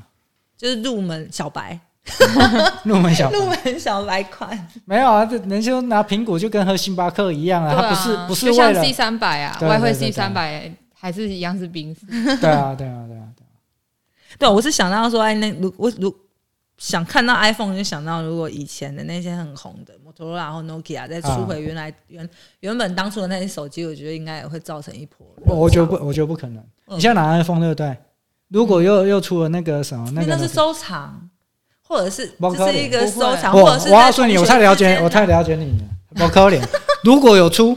Speaker 3: 就是入门小白，
Speaker 1: 入门小朋友
Speaker 3: *laughs* 入门小白款。
Speaker 1: 没有啊，这人家拿苹果就跟喝星巴克一样啊，
Speaker 2: 对
Speaker 1: 他
Speaker 2: 啊，
Speaker 1: 不是不是
Speaker 2: 就
Speaker 1: 为
Speaker 2: 像
Speaker 1: 了
Speaker 2: C 三百啊，
Speaker 1: 对对
Speaker 2: 外汇
Speaker 1: 对对
Speaker 2: C 三百还是一样是冰丝。
Speaker 1: 对啊对啊对啊，对啊
Speaker 3: 对，我是想到说，哎，那如我如想看到 iPhone，就想到如果以前的那些很红的摩托罗拉或 Nokia 再
Speaker 1: 啊
Speaker 3: 出回原来、原原本当初的那些手机，我觉得应该也会造成一波。
Speaker 1: 我哦我觉得不我觉得不可能，
Speaker 3: 嗯
Speaker 1: 你现在拿 iPhone 对不对？如果又又出了那个什么
Speaker 3: 因
Speaker 1: 那
Speaker 3: 为
Speaker 1: 个
Speaker 3: 那是收藏，或者是
Speaker 1: 包
Speaker 3: 这
Speaker 1: 括
Speaker 3: 是一个
Speaker 2: 不会
Speaker 3: 收藏，
Speaker 1: 我
Speaker 3: 或者是
Speaker 1: 我告
Speaker 3: 在
Speaker 1: 诉你，
Speaker 3: 同
Speaker 1: 我
Speaker 3: 学
Speaker 1: 太了
Speaker 3: 之
Speaker 1: 解
Speaker 3: 间，
Speaker 1: 我太了解你了，我可怜。如果有出，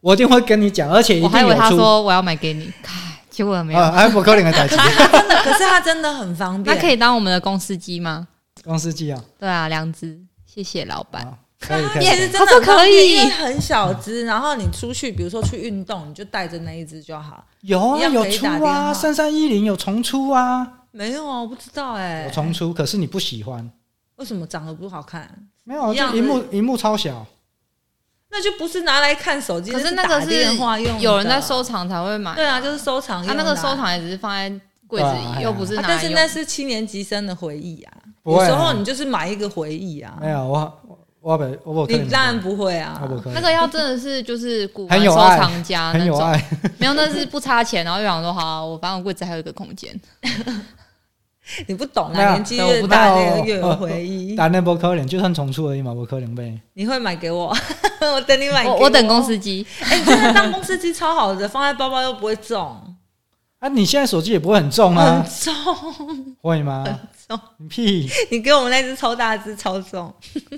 Speaker 1: 我一定会跟你讲，而且一
Speaker 2: 我还
Speaker 1: 定
Speaker 2: 以
Speaker 1: 有
Speaker 2: 为他
Speaker 1: 出。
Speaker 2: 说我要买给你，唉结果没
Speaker 1: 啊，
Speaker 2: 有。
Speaker 1: 还不可怜的代志，
Speaker 3: 真的，可是它真的很方
Speaker 2: 那
Speaker 3: 便。
Speaker 2: 可以当我们的公司机吗？
Speaker 1: 公司机啊，
Speaker 2: 对啊，两只，谢谢老板。
Speaker 1: 啊可以可
Speaker 3: 它
Speaker 1: 以
Speaker 3: 其
Speaker 1: 可
Speaker 3: 实
Speaker 1: 以，
Speaker 3: 真的很方
Speaker 2: 他说可以
Speaker 3: 便因为很小只，然后你出去，比如说去运动，你就带着那一只就好。
Speaker 1: 有啊
Speaker 3: 一样
Speaker 1: 有
Speaker 3: 可以
Speaker 1: 出
Speaker 3: 打电
Speaker 1: 啊，
Speaker 3: 话
Speaker 1: 三三一零有重出啊，
Speaker 3: 没有啊，我不知道哎、
Speaker 1: 有重出，可是你不喜欢，
Speaker 3: 为什么长得不好看？
Speaker 1: 没有啊，
Speaker 3: 一
Speaker 1: 就
Speaker 3: 样的
Speaker 1: 荧幕荧幕超小，
Speaker 3: 那就不是拿来看手机，
Speaker 2: 可
Speaker 3: 是
Speaker 2: 那个
Speaker 3: 打
Speaker 2: 是
Speaker 3: 电话用的，啊
Speaker 2: 有人在收藏才会买，
Speaker 3: 对啊，就是收藏
Speaker 2: 他、
Speaker 3: 用的啊
Speaker 2: 那个收藏也只是放在柜子
Speaker 1: 对啊
Speaker 2: 里，又不是
Speaker 3: 啊
Speaker 2: 拿来
Speaker 3: 但是
Speaker 2: 用。
Speaker 3: 那是七年级生的回忆啊。
Speaker 1: 不会
Speaker 3: 有
Speaker 1: 啊
Speaker 3: 时候你就是买一个回忆啊，
Speaker 1: 没有我我我我我可以
Speaker 3: 你当然不会啊
Speaker 1: 我。不可以
Speaker 2: 那个要真的是就是古玩
Speaker 1: 很有
Speaker 2: 收
Speaker 1: 爱
Speaker 2: 藏家
Speaker 1: 很
Speaker 2: 那
Speaker 1: 有
Speaker 2: 种，
Speaker 1: 爱，
Speaker 2: 没有那是不差钱，然后就想说好啊、我反正我柜子还有一个
Speaker 3: *laughs*
Speaker 2: 空间，
Speaker 3: 你不懂
Speaker 1: 没有
Speaker 3: 啊，年纪越大
Speaker 1: 没有
Speaker 3: 那个越
Speaker 1: 呃
Speaker 3: 有回
Speaker 1: *laughs*
Speaker 3: 忆。
Speaker 1: 打那波可怜，就算重出而已嘛，不可能呗。
Speaker 3: 你会买给我， *laughs* 我等你买给
Speaker 2: 我
Speaker 3: 我
Speaker 2: 我等公。司机，
Speaker 3: 哎，你真的当公司机超好的，放在包包又不会重，
Speaker 1: 啊，你现在手机也不会很重
Speaker 3: 很
Speaker 1: 啊，
Speaker 2: *laughs*
Speaker 3: 重。
Speaker 1: 会吗？
Speaker 3: 重
Speaker 1: 你屁！
Speaker 3: 你给我们那只超大只超重，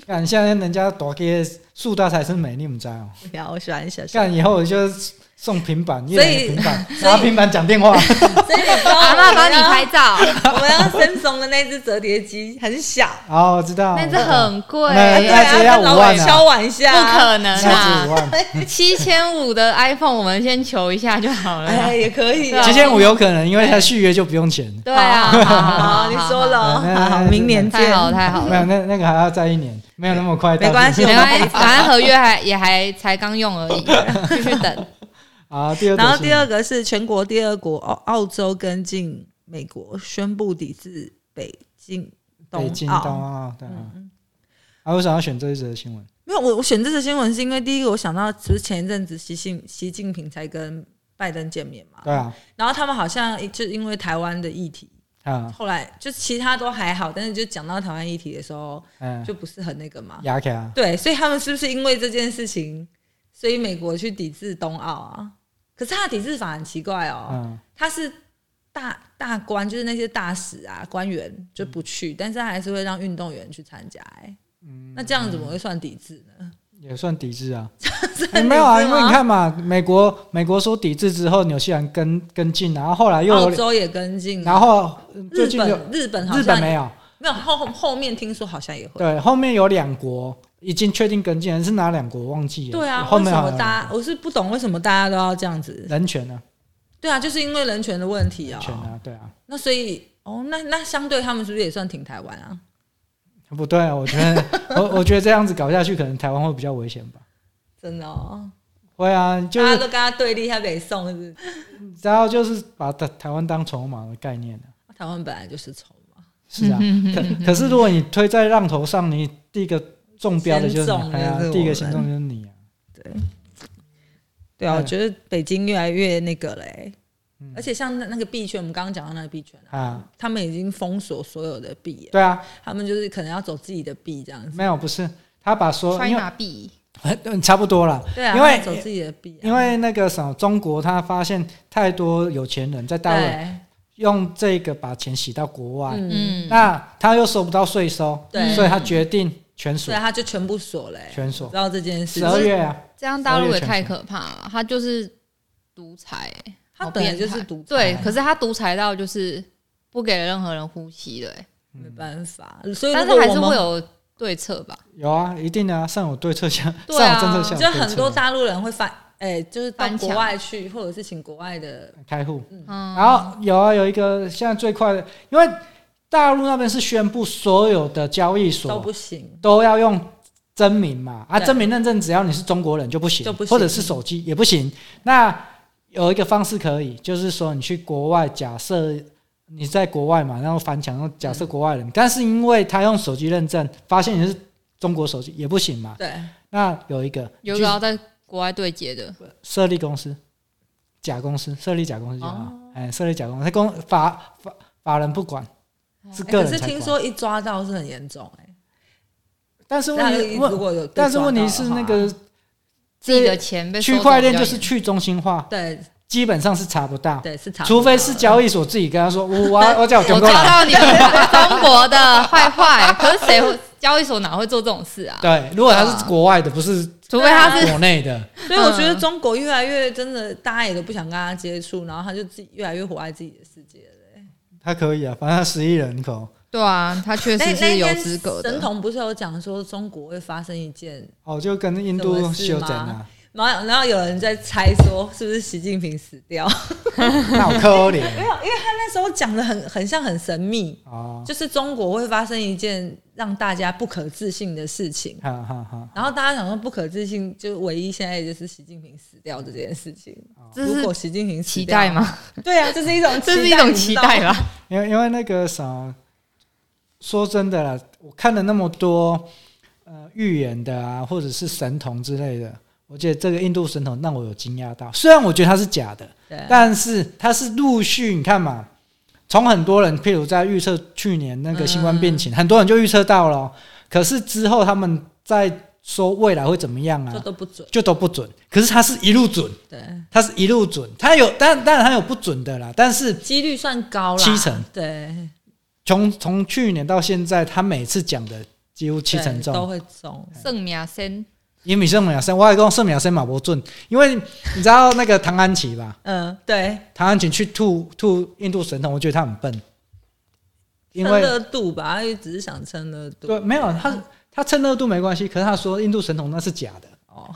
Speaker 1: 看现在人家大街树大才是美，你们知道哦？
Speaker 3: 不要，我喜欢小小。
Speaker 1: 看以后我就送平板，一
Speaker 3: 所
Speaker 1: 人一
Speaker 3: 以
Speaker 1: 个平板，
Speaker 3: 所以
Speaker 1: 拿平板讲电
Speaker 3: *laughs*
Speaker 1: 话。
Speaker 3: 所以你知道
Speaker 2: 阿妈帮你拍
Speaker 3: 我哦
Speaker 2: 照，
Speaker 3: 们要，我们要生怂的那只折叠机很小，
Speaker 1: 哦，我知道，
Speaker 2: 那是
Speaker 1: 我知道
Speaker 2: 很贵，
Speaker 1: 那
Speaker 3: 对啊，
Speaker 1: 那只要
Speaker 3: 跟老
Speaker 1: 五万
Speaker 3: 板
Speaker 1: 啊
Speaker 3: 敲碗一
Speaker 2: 不
Speaker 3: 下啊，
Speaker 2: 可能
Speaker 1: 那值五
Speaker 2: 啊！
Speaker 1: 万，
Speaker 2: 七千五的 iPhone 我们先求一下就好了啦。
Speaker 3: 哎，也可以啊。
Speaker 1: 七千五有可能，因为他续约就不用钱。
Speaker 2: 对啊，
Speaker 3: 好
Speaker 2: *laughs* 好好
Speaker 3: 好，你说了，
Speaker 1: 好那
Speaker 3: 哦，好，
Speaker 1: 那
Speaker 3: 明年
Speaker 2: 太
Speaker 3: 见。
Speaker 2: 好了太好
Speaker 1: 没
Speaker 2: 了，
Speaker 1: 有，那那个还要再一年，没有那么快到。
Speaker 3: 没关系
Speaker 2: 没关系，反正合约还也还才刚用而已，继续等。
Speaker 1: 啊，第二则新闻，
Speaker 3: 然后第二个是全国第二国澳澳洲跟进美国宣布抵制北京
Speaker 1: 北
Speaker 3: 冬
Speaker 1: 京冬
Speaker 3: 奥。
Speaker 1: 奥，对啊。啊，为什么要选这一则新闻？
Speaker 3: 没有，我我选这则新闻是因为第一个我想到，不是前一阵子习近习近平才跟拜登见面嘛，
Speaker 1: 对啊，
Speaker 3: 然后他们好像就因为台湾的议题，
Speaker 1: 啊，
Speaker 3: 后来就其他都还好，但是就讲到台湾议题的时候，
Speaker 1: 嗯，
Speaker 3: 就不是很那个嘛。
Speaker 1: 牙卡啊，
Speaker 3: 对，所以他们是不是因为这件事情，所以美国去抵制冬奥啊？可是他的抵制法很奇怪哦，
Speaker 1: 嗯，
Speaker 3: 他是大大官，就是那些大使啊、官员就不去，但是他还是会让运动员去参加、哎，
Speaker 1: 嗯
Speaker 3: 那这样怎么会算抵制呢？
Speaker 1: 也算抵制啊。
Speaker 3: 算
Speaker 1: 没有啊，
Speaker 3: *laughs* 抵
Speaker 1: 因 *laughs*
Speaker 3: 制
Speaker 1: 为你
Speaker 3: 吗
Speaker 1: 看嘛，美国美国说抵制之后，纽西兰跟跟进，然后后来又
Speaker 3: 澳
Speaker 1: 有，
Speaker 3: 洲也跟进，
Speaker 1: 然后嗯最
Speaker 3: 日
Speaker 1: 近有
Speaker 3: 本日本好
Speaker 1: 日
Speaker 3: 像
Speaker 1: 本没有，
Speaker 3: 没有后后面听说好像也会。
Speaker 1: 对，后面有两国已经确定跟进，是哪两国忘记了？
Speaker 3: 对啊，
Speaker 1: 后
Speaker 3: 为
Speaker 1: 面
Speaker 3: 什
Speaker 1: 好
Speaker 3: 么
Speaker 1: 像有
Speaker 3: 大家我是不懂为什么大家都要这样子？
Speaker 1: 人权啊，
Speaker 3: 对啊，就是因为人权的问题
Speaker 1: 人
Speaker 3: 啊、
Speaker 1: 权啊，对啊，
Speaker 3: 那所以哦，那那相对他们是不是也算挺台湾啊？
Speaker 1: 不对啊，我觉得我我觉得这样子搞下去，可能台湾会比较危险吧。
Speaker 3: 真的哦，
Speaker 1: 会啊，就
Speaker 3: 大家
Speaker 1: 是
Speaker 3: 都跟他对立，他北宋是不是
Speaker 1: 然后就是把台台湾当筹码的概念啊
Speaker 3: 台湾本来就是丑嘛， *laughs*
Speaker 1: 是啊，可可是如果你推在浪头上，你第一个中标的就是
Speaker 3: 先中
Speaker 1: 你，
Speaker 3: 的
Speaker 1: 哎呀
Speaker 3: 就是我们
Speaker 1: 第一个行动就是你啊。
Speaker 3: 对啊，
Speaker 1: 嗯
Speaker 3: 我觉得北京越来越那个嘞、欸
Speaker 1: 嗯
Speaker 3: 而且像那那个币圈，我们刚刚讲到那个币圈啊，
Speaker 1: 啊，
Speaker 3: 他们已经封锁所有的币耶，
Speaker 1: 对啊，
Speaker 3: 他们就是可能要走自己的币这样子。
Speaker 1: 没有不是，他把说因为
Speaker 2: 马币，
Speaker 1: 嗯差不多了，
Speaker 3: 对啊，
Speaker 1: 因为
Speaker 3: 他们走自己的币、啊，
Speaker 1: 因为那个什么中国，他发现太多有钱人在大陆
Speaker 3: 对，
Speaker 1: 用这个把钱洗到国外，
Speaker 3: 嗯，
Speaker 2: 嗯，
Speaker 1: 那他又收不到税收，
Speaker 3: 对
Speaker 1: 所以他决定全
Speaker 3: 所
Speaker 1: 锁
Speaker 3: 以，他就全部锁嘞、欸。
Speaker 1: 全
Speaker 3: 我
Speaker 1: 锁
Speaker 3: 知。道这件事
Speaker 1: 十二
Speaker 3: 情，
Speaker 1: 月啊，
Speaker 2: 这样大陆也太可怕了，他就是独裁、欸，
Speaker 3: 他
Speaker 2: 好
Speaker 3: 本来
Speaker 2: 变态
Speaker 3: 就是独裁
Speaker 2: 对，可是他独裁到就是不给任何人呼吸了、欸，
Speaker 3: 没办法，
Speaker 1: 嗯
Speaker 3: 所以
Speaker 2: 但
Speaker 3: 如
Speaker 2: 是
Speaker 3: 果
Speaker 2: 还
Speaker 3: 我
Speaker 2: 是会
Speaker 3: 们
Speaker 2: 有对策吧？
Speaker 1: 有啊，一定的啊，上有对策下，
Speaker 2: 对
Speaker 1: 上
Speaker 2: 啊
Speaker 1: 有政策下有
Speaker 3: 就
Speaker 1: 对策，
Speaker 3: 很多大陆人会翻，哎、就是到
Speaker 2: 翻墙
Speaker 3: 国外去，或者是请国外的，
Speaker 1: 开户。
Speaker 2: 嗯，
Speaker 1: 然后有啊，有一个现在最快的，因为大陆那边是宣布所有的交易
Speaker 3: 都
Speaker 1: 所
Speaker 3: 不行。
Speaker 1: 都要用真名嘛，啊，
Speaker 3: 对
Speaker 1: 真名认证只要你是中国人就不行，
Speaker 3: 就不行
Speaker 1: 或者是手机也不行。那有一个方式可以，就是说你去国外，假设你在国外嘛，然后翻墙，然后假设国外人，
Speaker 3: 嗯
Speaker 1: 但是因为他用手机认证，发现你是中国手机也不行嘛。
Speaker 3: 对，
Speaker 1: 那有一个
Speaker 2: 有一个要在国外对接的，
Speaker 1: 设立公司，假公司，设立假公司就好
Speaker 3: 哦。
Speaker 1: 哎、设立假公司，他公法法法人不管，是
Speaker 3: 哎
Speaker 1: 个
Speaker 3: 可
Speaker 1: 人
Speaker 3: 是
Speaker 1: 才管。
Speaker 3: 听说一抓到是很严重、哎，
Speaker 1: 但是问
Speaker 3: 那
Speaker 1: 题
Speaker 3: 如
Speaker 1: 问，
Speaker 3: 果有被
Speaker 1: 但是
Speaker 3: 抓
Speaker 1: 问题
Speaker 3: 到
Speaker 1: 是
Speaker 3: 的话
Speaker 1: 那个
Speaker 2: 自己的钱被收走
Speaker 1: 区块链就是去中心化，
Speaker 3: 对
Speaker 1: 基本上是查不到，
Speaker 3: 对是查不到
Speaker 1: 除
Speaker 3: 的，
Speaker 1: 非是交易所自己跟他说，我我我叫我
Speaker 2: 比
Speaker 1: 全
Speaker 2: 较严我
Speaker 1: 过
Speaker 2: 抓
Speaker 1: 来。
Speaker 2: 到你们中国的坏坏，可是谁会交易所哪会做这种事啊？
Speaker 1: 对，如果他是国外的，不是
Speaker 2: 除非他是
Speaker 1: 国内的，
Speaker 3: 所以我觉
Speaker 1: 嗯
Speaker 3: 得中国越来越真的，大家也都不想跟他接触，然后他就自己越来越活在自己的世界了。
Speaker 1: 他可以啊，反正他十亿人口。
Speaker 2: 对啊，他确
Speaker 3: 那
Speaker 2: 实
Speaker 3: 那
Speaker 2: 是
Speaker 3: 一
Speaker 2: 有
Speaker 3: 天
Speaker 2: 资格
Speaker 3: 神
Speaker 2: 的。
Speaker 3: 童不是有讲说中国会发生一件，
Speaker 1: 哦，就跟印度
Speaker 3: 什么事
Speaker 1: 修
Speaker 3: 吗
Speaker 1: 整啊，
Speaker 3: 然后然后有人在猜说是不是习近平死掉？
Speaker 1: 啊那我可怜。 *laughs*
Speaker 3: 没有，因为他那时候讲的很很像很神秘，
Speaker 2: 嗯
Speaker 1: 哦，
Speaker 3: 就是中国会发生一件让大家不可置信的事情。
Speaker 1: 哈哈哈，
Speaker 3: 然后大家想说不可置信，就唯一现在也就是习近平死掉这件事情。
Speaker 2: 哦这
Speaker 3: 如
Speaker 2: 是
Speaker 3: 果习近平死
Speaker 2: 期
Speaker 3: 掉
Speaker 2: 待？吗？
Speaker 3: 对啊，这是一种期待
Speaker 2: *laughs* 这是一种期待。
Speaker 3: 你知道吗
Speaker 2: 吧？
Speaker 1: 因为因为那个啥，说真的啦，我看了那么多呃预言的啊，或者是神童之类的，我觉得这个印度神童让我有惊讶到。虽然我觉得他是假的，
Speaker 3: 对啊，
Speaker 1: 但是它是陆续，你看嘛，从很多人，譬如在预测去年那个新冠病情，很多人就预测到了哦，可是之后他们在说未来会怎么样
Speaker 3: 这
Speaker 1: 啊，
Speaker 3: 都不准。
Speaker 1: 就都不准。可是它是一路准，
Speaker 3: 对，
Speaker 2: 嗯
Speaker 1: 它是一路准，它有，但当然它有不准的啦，但是
Speaker 3: 几率算高啦，
Speaker 1: 七成。
Speaker 3: 对，
Speaker 1: 从从去年到现在，他每次讲的几乎七成
Speaker 3: 对
Speaker 1: 中，
Speaker 3: 都会中。
Speaker 2: 圣啊雅森
Speaker 1: 因为圣秒生，我还跟圣秒生马伯准，因为你知道那个唐安琪吧？
Speaker 3: 嗯，对，
Speaker 1: 唐安琪去吐吐印度神童，我觉得他很笨，因
Speaker 3: 蹭
Speaker 1: 为
Speaker 3: 热度吧，他就只是想蹭热度。
Speaker 1: 对，没有他他蹭热度没关系，可是他说印度神童那是假的，
Speaker 3: 哦，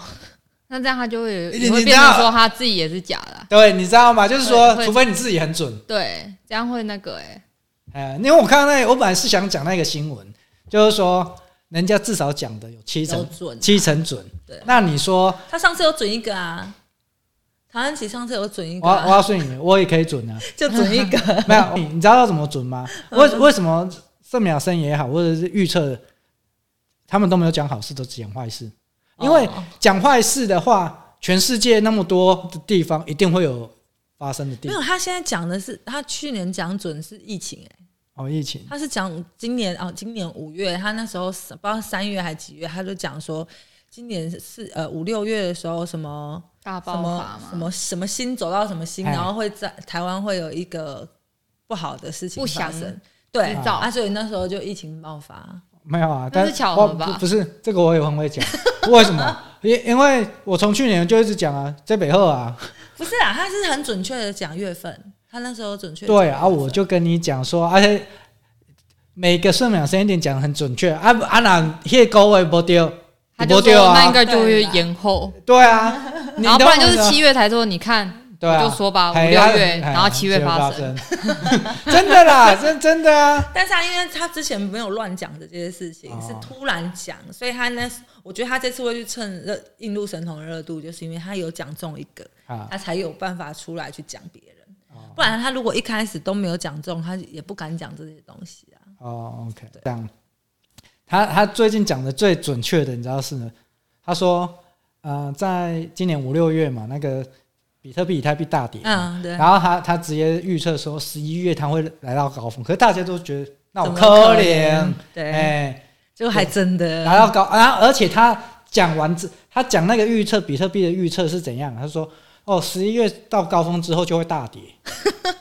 Speaker 2: 那这样他就会有
Speaker 1: 你
Speaker 2: 也会
Speaker 1: 你
Speaker 2: 变
Speaker 1: 知道
Speaker 2: 成说他自己也是假的啊，
Speaker 1: 对，你知道吗？就是说，
Speaker 2: 会会
Speaker 1: 除非你自己很准，
Speaker 2: 对，这样会那个哎、
Speaker 1: 呃，因为我看到那个，我本来是想讲那个新闻，就是说人家至少讲的有七
Speaker 3: 都
Speaker 1: 成
Speaker 3: 准啊。
Speaker 1: 七成准
Speaker 3: 对，
Speaker 1: 那你说
Speaker 3: 他上次有准一个啊，唐安琪上次有准一个
Speaker 1: 我要我
Speaker 3: 啊、
Speaker 1: 要睡你，我也可以准
Speaker 3: *laughs*
Speaker 1: 啊，
Speaker 3: 就准一个。
Speaker 1: *laughs* 没有，你你知道要怎么准吗？为
Speaker 3: 嗯
Speaker 1: 为什么圣秒生也好，或者是预测，他们都没有讲好事，都只讲坏事，因为
Speaker 3: 哦
Speaker 1: 讲坏事的话，全世界那么多的地方一定会有发生的地
Speaker 3: 没有，他现在讲的是他去年讲准是疫情、欸，
Speaker 1: 哦，疫情
Speaker 3: 他是讲今年哦，今年五月，他那时候是不知道三月还几月，他就讲说今年是呃五六月的时候什么
Speaker 2: 大
Speaker 3: 什
Speaker 2: 爆发
Speaker 3: 么
Speaker 2: 嘛，
Speaker 3: 什么什么新走到什么新，
Speaker 1: 哎
Speaker 3: 然后会在台湾会有一个不好的事情
Speaker 2: 不
Speaker 3: 发
Speaker 2: 祥
Speaker 3: 生。对
Speaker 2: 制造
Speaker 3: 啊，所以那时候就疫情爆发，
Speaker 1: 没有啊，
Speaker 2: 那
Speaker 1: 但
Speaker 2: 是巧合
Speaker 1: 我
Speaker 2: 吧
Speaker 1: 不不是这个我也很会讲， *laughs* 为什么？因因为我从去年就一直讲啊，在北后
Speaker 2: *laughs*
Speaker 1: 啊，
Speaker 3: 不是啊，他是很准确的讲月份，他那时候准确地
Speaker 1: 对
Speaker 3: 讲
Speaker 1: 啊，
Speaker 3: 月份
Speaker 1: 我就跟你讲说，而且每个顺秒时间点讲得很准确啊啊，那那个位不丢，
Speaker 2: 他
Speaker 1: 不
Speaker 2: 就
Speaker 1: 丢
Speaker 2: 说那
Speaker 1: 啊
Speaker 2: 应，该就会延后，
Speaker 1: 对
Speaker 2: *laughs*
Speaker 1: 啊，你
Speaker 2: 然后不
Speaker 1: 懂
Speaker 2: 然就是
Speaker 1: 我的
Speaker 2: 七月才说，你看
Speaker 1: 对啊，
Speaker 2: 我就说吧
Speaker 1: 哎
Speaker 2: 五六月
Speaker 1: 哎
Speaker 2: 然后七月发
Speaker 1: 生， *laughs* 真的啦，真真的啊，
Speaker 3: 但是他因为他之前没有乱讲的这些事情，
Speaker 1: 哦
Speaker 3: 是突然讲，所以他那我觉得他这次会去蹭热印度神童的热度，就是因为他有讲中一个，
Speaker 1: 啊，
Speaker 3: 他才有办法出来去讲别人。
Speaker 1: 哦
Speaker 3: 不然他如果一开始都没有讲中，他也不敢讲这些东西啊。
Speaker 1: 哦，OK，这样。他他最近讲的最准确的，你知道是呢？他说，呃，在今年五六月嘛，那个比特币、以太币大跌，
Speaker 3: 嗯，对，
Speaker 1: 然后他他直接预测说十一月它会来到高峰，可是大家都觉得那我
Speaker 3: 怎么
Speaker 1: 可
Speaker 3: 可
Speaker 1: 怜
Speaker 3: 怜，嗯对
Speaker 1: 哎，
Speaker 3: 就还真的
Speaker 1: 来到高，然后而且他讲完之，他讲那个预测比特币的预测是怎样？他说，哦，十一月到高峰之后就会大跌，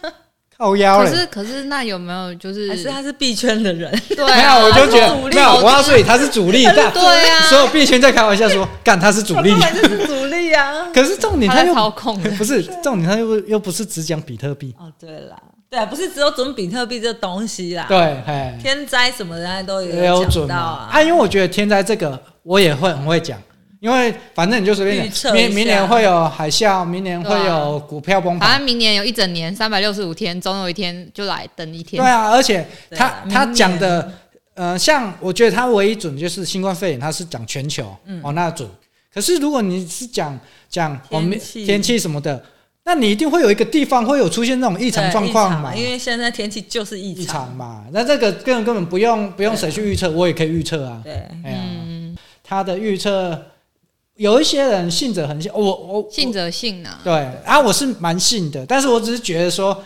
Speaker 1: *laughs* 靠腰
Speaker 2: 可
Speaker 1: 嘞，
Speaker 2: 是可是那有没有就是
Speaker 3: 还是他是币圈的人，
Speaker 2: 对
Speaker 1: 没
Speaker 2: 啊，
Speaker 1: 有，我就觉
Speaker 2: 他是主
Speaker 1: 得
Speaker 2: 力
Speaker 1: 没有，
Speaker 2: 我
Speaker 1: 我要说他是主力，但
Speaker 2: 对啊
Speaker 1: 所有币圈在开玩笑说， *laughs* 干他是 *laughs* 主
Speaker 3: 他
Speaker 1: 力。
Speaker 3: 根，本就是主力啊
Speaker 1: 可是重点
Speaker 2: 他
Speaker 1: 他
Speaker 2: 在
Speaker 1: 又，
Speaker 2: 操控的
Speaker 1: *laughs* 不是重点，他又又不是只讲比特币，
Speaker 3: 哦，对啦，对啊，不是只有准比特币这东西啦，
Speaker 1: 对，哎，
Speaker 3: 天灾什么的都
Speaker 1: 也有
Speaker 3: 啊讲
Speaker 1: 准
Speaker 3: 到
Speaker 1: 嘛
Speaker 3: 啊。
Speaker 1: 啊，因为我觉得天灾这个我也会很会讲，因为反正你就随便
Speaker 3: 预
Speaker 1: 讲，
Speaker 3: 测一下
Speaker 1: 明明年会有海啸，明年
Speaker 2: 对啊
Speaker 1: 会有股票崩
Speaker 2: 反
Speaker 1: 盘，
Speaker 2: 正明年有一整年三百六十五天，总有一天就来等一
Speaker 1: 对
Speaker 2: 天。
Speaker 1: 啊，而且
Speaker 3: 对
Speaker 1: 他
Speaker 3: 啊
Speaker 1: 他
Speaker 3: 明年
Speaker 1: 讲的，呃，像我觉得他唯一准就是新冠肺炎，他是讲全球，
Speaker 3: 嗯
Speaker 1: 哦，那准。可是如果你是讲讲我们
Speaker 3: 天气
Speaker 1: 天气什么的，那你一定会有一个地方会有出现那种异常
Speaker 3: 对
Speaker 1: 状况嘛，
Speaker 3: 因为现在天气就是异
Speaker 1: 异
Speaker 3: 常
Speaker 1: 常。嘛，那这个根本根本不用不用谁去预测，我也可以预测啊，
Speaker 3: 对，
Speaker 1: 哎呀。
Speaker 2: 嗯，
Speaker 1: 他的预测，有一些人信者恒信，我我
Speaker 2: 信
Speaker 1: 者
Speaker 2: 则信呐、
Speaker 1: 对啊，我是蛮信的，但是我只是觉得说，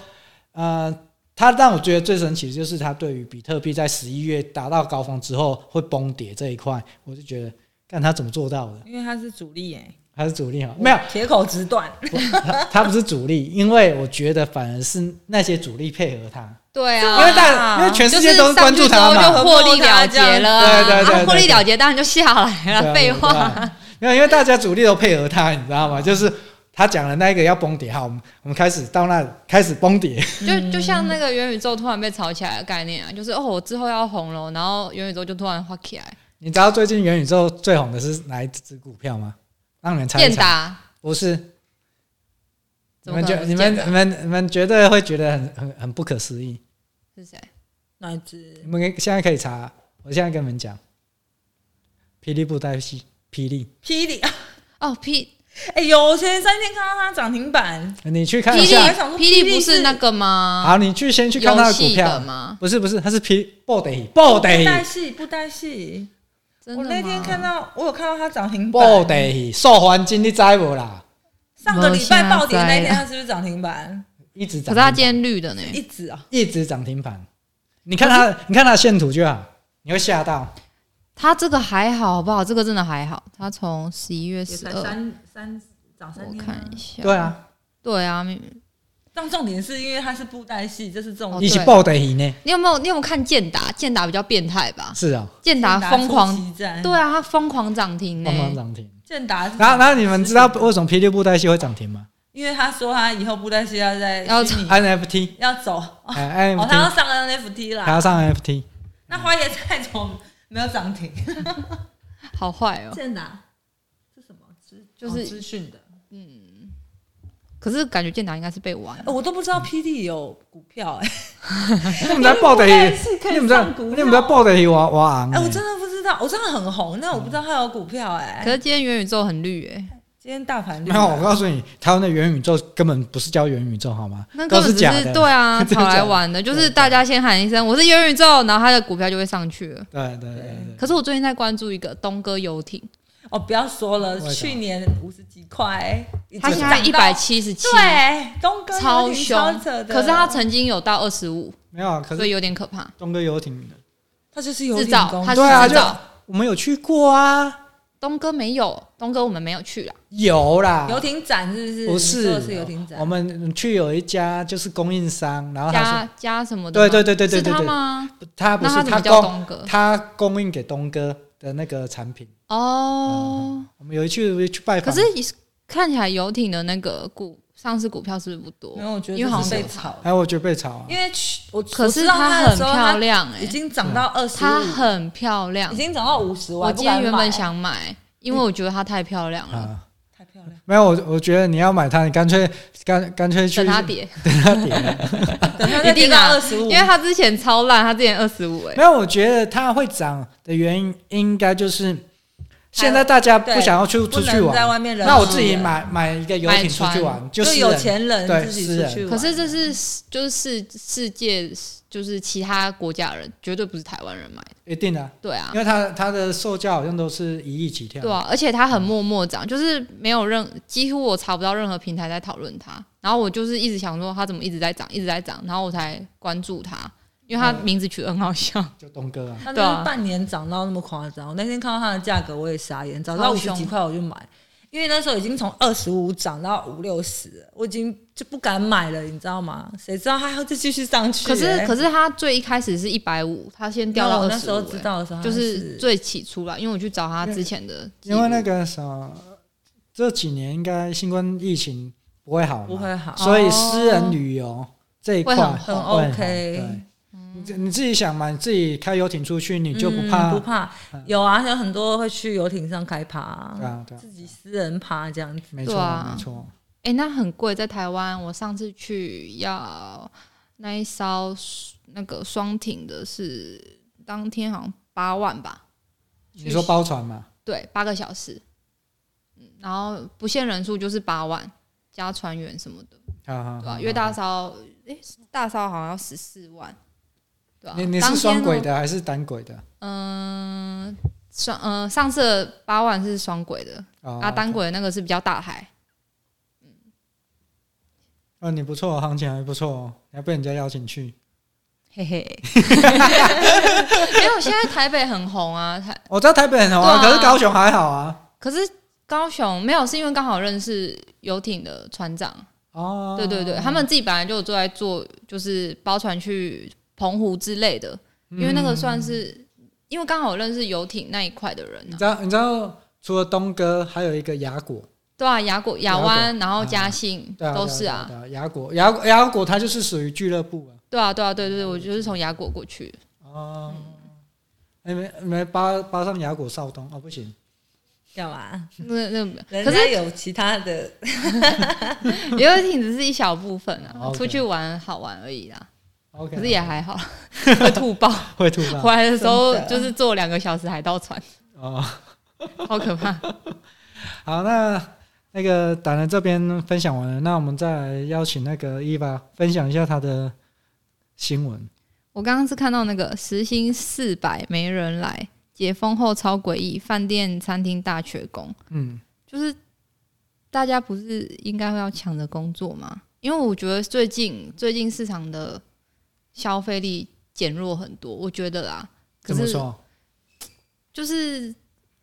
Speaker 1: 呃，他让我觉得最神奇的就是他对于比特币在十一月达到高峰之后会崩跌这一块，我就觉得，看他怎么做到的？
Speaker 3: 因为他是主力哎、
Speaker 1: 他是主力啊？没有，
Speaker 3: 铁口直断。
Speaker 1: 他他不是主力，因为我觉得反而是那些主力配合他，
Speaker 2: 对
Speaker 1: 因
Speaker 2: 啊，
Speaker 1: 为大因为全世界都是关注他
Speaker 2: 就是上去
Speaker 1: 嘛
Speaker 2: 之后就，获利了结了、啊，
Speaker 1: 对对对对
Speaker 2: 啊获利了结当然就下来
Speaker 1: 对
Speaker 2: 了，
Speaker 1: 啊
Speaker 2: 废
Speaker 1: 对
Speaker 2: 话。
Speaker 1: 啊 *laughs* 没有，因为大家主力都配合他，你知道吗？就是他讲的那个要崩跌，好，我们我们开始到那里开始崩跌，
Speaker 2: 就就像那个元宇宙突然被炒起来的概念啊，就是哦，我之后要红了，然后元宇宙就突然火起来，
Speaker 1: 你知道最近元宇宙最红的是哪一只股票吗？让你们猜一
Speaker 2: 健
Speaker 1: 猜。
Speaker 2: 达
Speaker 1: 不是
Speaker 2: 怎
Speaker 1: 你
Speaker 2: 么
Speaker 1: 们
Speaker 2: 可
Speaker 1: 觉
Speaker 2: 能
Speaker 1: 你
Speaker 2: 见
Speaker 1: 们
Speaker 2: 的
Speaker 1: 你们你们绝对会觉得很很很不可思议。
Speaker 2: 是谁？
Speaker 3: 那一只
Speaker 1: 你们现在可以查，我现在跟你们讲，霹雳布袋戏，霹雳，
Speaker 3: 霹雳， *laughs*
Speaker 2: 哦，霹
Speaker 3: 哎呦，我前三天看到它涨停板，
Speaker 1: 你去看
Speaker 2: 霹
Speaker 1: 一
Speaker 2: 雳
Speaker 1: 下。
Speaker 3: 想说
Speaker 2: 霹雳
Speaker 3: 霹雳
Speaker 2: 不是
Speaker 3: 是
Speaker 2: 那个吗？
Speaker 1: 好，你去先啊去看它的
Speaker 2: 游
Speaker 1: 股
Speaker 2: 戏的
Speaker 1: 票，
Speaker 2: 吗？
Speaker 1: 不是不是，它是霹布袋戏，布袋
Speaker 3: 布袋
Speaker 1: 戏，
Speaker 3: 戏，布袋戏。
Speaker 2: 真的
Speaker 3: 我
Speaker 2: 吗
Speaker 3: 那天看到，我有看到它涨停
Speaker 1: 布
Speaker 3: 板。
Speaker 1: 袋戏，受环境你知无啦？
Speaker 3: 上个礼拜暴跌那一
Speaker 2: 没
Speaker 3: 天，
Speaker 2: 在
Speaker 3: 它是不是涨停板？
Speaker 1: 一直
Speaker 2: 可
Speaker 1: 涨
Speaker 2: 是它
Speaker 1: 停
Speaker 2: 今
Speaker 1: 板，
Speaker 2: 天绿的呢。
Speaker 3: 一直啊，
Speaker 1: 一直涨停板。你看它，你看它的线图就好，你会吓到。
Speaker 2: 它这个还好，好不好？这个真的还好。它从十一月十二，
Speaker 3: 三涨
Speaker 2: 我看一下。
Speaker 1: 对，啊，
Speaker 2: 对啊，明
Speaker 3: 但重点是因为它是布袋戏，这是重
Speaker 2: 哦
Speaker 1: 一
Speaker 3: 点。
Speaker 1: 起布袋戏呢。
Speaker 2: 你有没有你有没有看健达？健达比较变态吧？
Speaker 1: 是啊，
Speaker 2: 健达疯
Speaker 3: 剑
Speaker 2: 狂，
Speaker 3: 初期战，
Speaker 2: 对啊，它疯狂涨停呢
Speaker 1: 疯。狂涨停。
Speaker 3: 剑达是。
Speaker 1: 然后，然后你们知道为什么霹雳布袋戏会涨停吗
Speaker 3: 因为他说他以后布袋戏要在
Speaker 2: 要
Speaker 3: 虚拟
Speaker 1: ？NFT，
Speaker 3: 要走，哦，
Speaker 1: 哎
Speaker 3: 他要
Speaker 1: ，NFT，
Speaker 3: 上 NFT
Speaker 1: 还
Speaker 3: 啦
Speaker 1: 要。上 NFT。
Speaker 3: 那花椰菜怎么没有涨
Speaker 2: *laughs*
Speaker 3: 停？
Speaker 2: *laughs* 好坏哦。
Speaker 3: 剑 *laughs* 达是什么资？
Speaker 2: 就是
Speaker 3: 哦资讯的。
Speaker 2: 可是感觉健达应该是被玩
Speaker 3: 哎，我都不知道 PD 有股票
Speaker 2: 欸
Speaker 3: 哎。
Speaker 1: 你们在报的，
Speaker 3: 可以
Speaker 1: 你们在
Speaker 3: 上股票
Speaker 1: 你们在报的我我昂
Speaker 3: 哎，我
Speaker 1: 欸
Speaker 3: 真的不知道，我真的很红，但我不知道他有股票哎
Speaker 2: 可。是今天元宇宙很绿诶、
Speaker 3: 今天大盘绿
Speaker 1: 没有，我告诉你，台湾的元宇宙根本不是叫元宇宙，好吗？
Speaker 2: 那根
Speaker 1: 都
Speaker 2: 本
Speaker 1: 是
Speaker 2: 只
Speaker 1: 假
Speaker 2: 是
Speaker 1: 的。
Speaker 2: 对啊，
Speaker 1: *laughs* 真的
Speaker 2: 炒来
Speaker 1: 假的
Speaker 2: 玩的，就
Speaker 1: 对
Speaker 2: 是
Speaker 1: 对
Speaker 2: 大家先喊一声我是元宇宙，然后它的股票就会上去了。
Speaker 1: 对对对对
Speaker 2: 可是我最近在关注一个东哥游艇，
Speaker 3: 哦，不要说了
Speaker 1: 我也，懂
Speaker 3: 去年五十几块，
Speaker 2: 它现
Speaker 3: 已
Speaker 2: 在
Speaker 3: 经涨
Speaker 2: 一
Speaker 3: 到
Speaker 2: 百。七十七，
Speaker 3: 对，东哥
Speaker 2: 超
Speaker 3: 游艇
Speaker 2: 凶
Speaker 3: 超扯。的
Speaker 2: 可是它曾经有到二十五，
Speaker 1: 没有啊，可
Speaker 2: 所
Speaker 1: 是
Speaker 2: 以有点可怕。
Speaker 1: 东哥游艇，
Speaker 3: 他就是有
Speaker 2: 制造，它是
Speaker 1: 对啊
Speaker 2: 制
Speaker 1: 就
Speaker 2: 造。
Speaker 1: 我们有去过啊，
Speaker 2: 东哥没有，东哥我们没有去啦。
Speaker 1: 有啦，
Speaker 3: 游艇展啊是不是？
Speaker 1: 不
Speaker 3: 你说
Speaker 1: 是
Speaker 3: 的是游艇展
Speaker 1: 我。们去有一家就是供应商，然后他说
Speaker 2: 加加什么
Speaker 1: 对
Speaker 2: 的吗？
Speaker 1: 对对对对对
Speaker 2: 是他
Speaker 1: 对
Speaker 2: 吗？
Speaker 1: 他不
Speaker 2: 那
Speaker 1: 是
Speaker 2: 他怎么叫
Speaker 1: 供
Speaker 2: 东哥？
Speaker 1: 他供应给东哥的那个产品。
Speaker 2: 哦，
Speaker 1: 我们有一去去拜
Speaker 2: 可
Speaker 1: 访，
Speaker 2: 是你是看起来游艇的那个股上市股票是不是不多
Speaker 3: 没？有，我觉得
Speaker 2: 因为
Speaker 3: 这
Speaker 2: 好
Speaker 3: 是
Speaker 2: 像
Speaker 3: 被
Speaker 2: 有
Speaker 3: 炒，
Speaker 1: 哎，我觉得被炒啊，
Speaker 3: 因为去我
Speaker 2: 可
Speaker 3: 我
Speaker 2: 是
Speaker 3: 知道它的
Speaker 2: 很
Speaker 3: 时候
Speaker 2: 漂，亮
Speaker 3: 它
Speaker 2: 哎、
Speaker 3: 已经涨到二十
Speaker 2: 它
Speaker 3: 五，
Speaker 2: 很漂亮
Speaker 3: 已。经涨到五十，
Speaker 2: 我
Speaker 3: 还
Speaker 2: 今
Speaker 3: 不
Speaker 2: 天
Speaker 3: 敢
Speaker 2: 原本
Speaker 3: 买
Speaker 2: 想买，因为我觉得它太漂亮了，
Speaker 1: 啊，
Speaker 3: 太漂亮，
Speaker 1: 没有我我觉得你要买它，你干脆干干脆去
Speaker 2: 等它跌，
Speaker 1: 等它跌
Speaker 3: *laughs*
Speaker 1: 啊。
Speaker 3: 等它
Speaker 2: *laughs* 一
Speaker 3: 再
Speaker 2: 定
Speaker 3: 跌
Speaker 2: 啊
Speaker 3: 到二十五
Speaker 2: 因为，它之前超烂，它之前二十五哎，
Speaker 1: 没有，我觉得它会涨的原因应该就是现在大家不想要去
Speaker 3: 不
Speaker 1: 出去
Speaker 3: 能在
Speaker 1: 玩，
Speaker 3: 外面人挤人。
Speaker 1: 那我自己买买一个游
Speaker 2: 买
Speaker 1: 艇出
Speaker 2: 船
Speaker 1: 去玩，
Speaker 3: 就是有
Speaker 1: 人
Speaker 3: 钱人
Speaker 1: 对
Speaker 3: 自己
Speaker 1: 私
Speaker 3: 出
Speaker 1: 人
Speaker 3: 去玩。
Speaker 2: 可是这是就是世世界就是其他国家人，绝对不是台湾人买的，
Speaker 1: 一定的，
Speaker 2: 对啊
Speaker 1: 因。为它它的售价好像都是一亿起跳，
Speaker 2: 对啊，而且它很默默涨，就是没有任几乎我查不到任何平台在讨论它。然后我就是一直想说它怎么一直在涨，一直在涨，然后我才关注它，因为它名字取得很好笑。
Speaker 1: 就东哥啊，
Speaker 3: 它就
Speaker 2: 对啊
Speaker 3: 是半年涨到那么夸张，我那天看到它的价格我也傻眼，涨到
Speaker 2: 超
Speaker 3: 五十
Speaker 2: 凶
Speaker 3: 几块我就买，因为那时候已经从二十五涨到五六十，我已经就不敢买了，你知道吗？谁知道它会再继续上去、
Speaker 2: 可是
Speaker 3: 欸
Speaker 2: 可是它最一开始是一百五，它先掉到
Speaker 3: 我
Speaker 2: 二
Speaker 3: 那
Speaker 2: 十
Speaker 3: 时候
Speaker 2: 五欸
Speaker 3: 知，道的时候，
Speaker 2: 就是最起初啦，因为我去找它之前的记录，
Speaker 1: 因为那个什么这几年应该新冠疫情不会好嘛，
Speaker 3: 不会好，
Speaker 1: 所以私人旅游这一块
Speaker 2: 哦会很嗯
Speaker 1: 会
Speaker 3: 很
Speaker 1: 红
Speaker 3: OK
Speaker 1: 对，你自你自己想嘛，你自己开游艇出去，你就不
Speaker 3: 嗯
Speaker 1: 怕？
Speaker 3: 不怕
Speaker 1: 嗯。
Speaker 3: 有啊，有很多会去游艇上开趴、
Speaker 1: 对啊，对啊，
Speaker 3: 自己私人趴这样子。
Speaker 1: 没错，
Speaker 2: 对啊
Speaker 1: 没错。
Speaker 2: 哎、那很贵，在台湾我上次去要那一艘那个双艇的是当天好像八万吧，
Speaker 1: 你说包船嘛？
Speaker 2: 对，八个小时，嗯，然后不限人数就是八万加船员什么的，
Speaker 1: 啊
Speaker 2: 对
Speaker 1: 啊
Speaker 2: 吧、因为大烧，诶、大烧好像要十四万，对吧、啊
Speaker 1: 你你是
Speaker 2: 当天
Speaker 1: 双轨
Speaker 2: 呢？
Speaker 1: 的还是单轨的？
Speaker 2: 嗯、双嗯、上次的八万是双轨的，
Speaker 1: 哦
Speaker 2: 啊，单轨的那个是比较大海，
Speaker 1: 啊，你不错，行情还不错哦，你还被人家邀请去。*laughs*
Speaker 2: 嘿嘿。没有，现在台北很红啊，台
Speaker 1: 我知道台北很红啊，
Speaker 2: 对啊
Speaker 1: 可是高雄还好啊。
Speaker 2: 可是高雄没有，是因为刚好认识游艇的船长。
Speaker 1: 哦，
Speaker 2: 对对对，他们自己本来就有做在做，就是包船去澎湖之类的，因为那个算是，因为刚好认识游艇那一块的人、
Speaker 1: 你
Speaker 2: 啊，
Speaker 1: 知道你知道，除了东哥，还有一个雅果，
Speaker 2: 对啊，雅果、
Speaker 1: 雅
Speaker 2: 雅
Speaker 1: 果
Speaker 2: 湾，然后嘉信、
Speaker 1: 对啊，
Speaker 2: 都是啊，
Speaker 1: 对啊，对啊雅果雅果雅果，它就是属于俱乐部啊。
Speaker 2: 对啊，对啊，对对对，我就是从雅果过去，
Speaker 1: 哦，哎没没扒扒上雅果少东哦，不行，
Speaker 3: 干嘛？
Speaker 2: 那那
Speaker 3: 人
Speaker 2: 可
Speaker 3: 家
Speaker 2: 是
Speaker 3: 有其他的，
Speaker 2: 游泳艇只是一小部分啊，
Speaker 1: OK
Speaker 2: 出去玩好玩而已啦，
Speaker 1: ，OK，
Speaker 2: 可是也还好，会吐爆。
Speaker 1: 会吐吧？
Speaker 2: 回来的时候
Speaker 3: 真的
Speaker 2: 就是坐两个小时海盗船，
Speaker 1: 哦，
Speaker 2: 好可怕。
Speaker 1: 好，那那个达人这边分享完了，那我们再来邀请那个伊娃分享一下她的新闻。
Speaker 2: 我刚刚是看到那个时薪四百没人来，解封后超诡异，饭店、餐厅大缺工，
Speaker 1: 嗯，
Speaker 2: 就是大家不是应该会要抢着工作吗？因为我觉得最近最近市场的消费力减弱很多，我觉得啦。可
Speaker 1: 怎么
Speaker 2: 是
Speaker 1: 说？
Speaker 2: 就是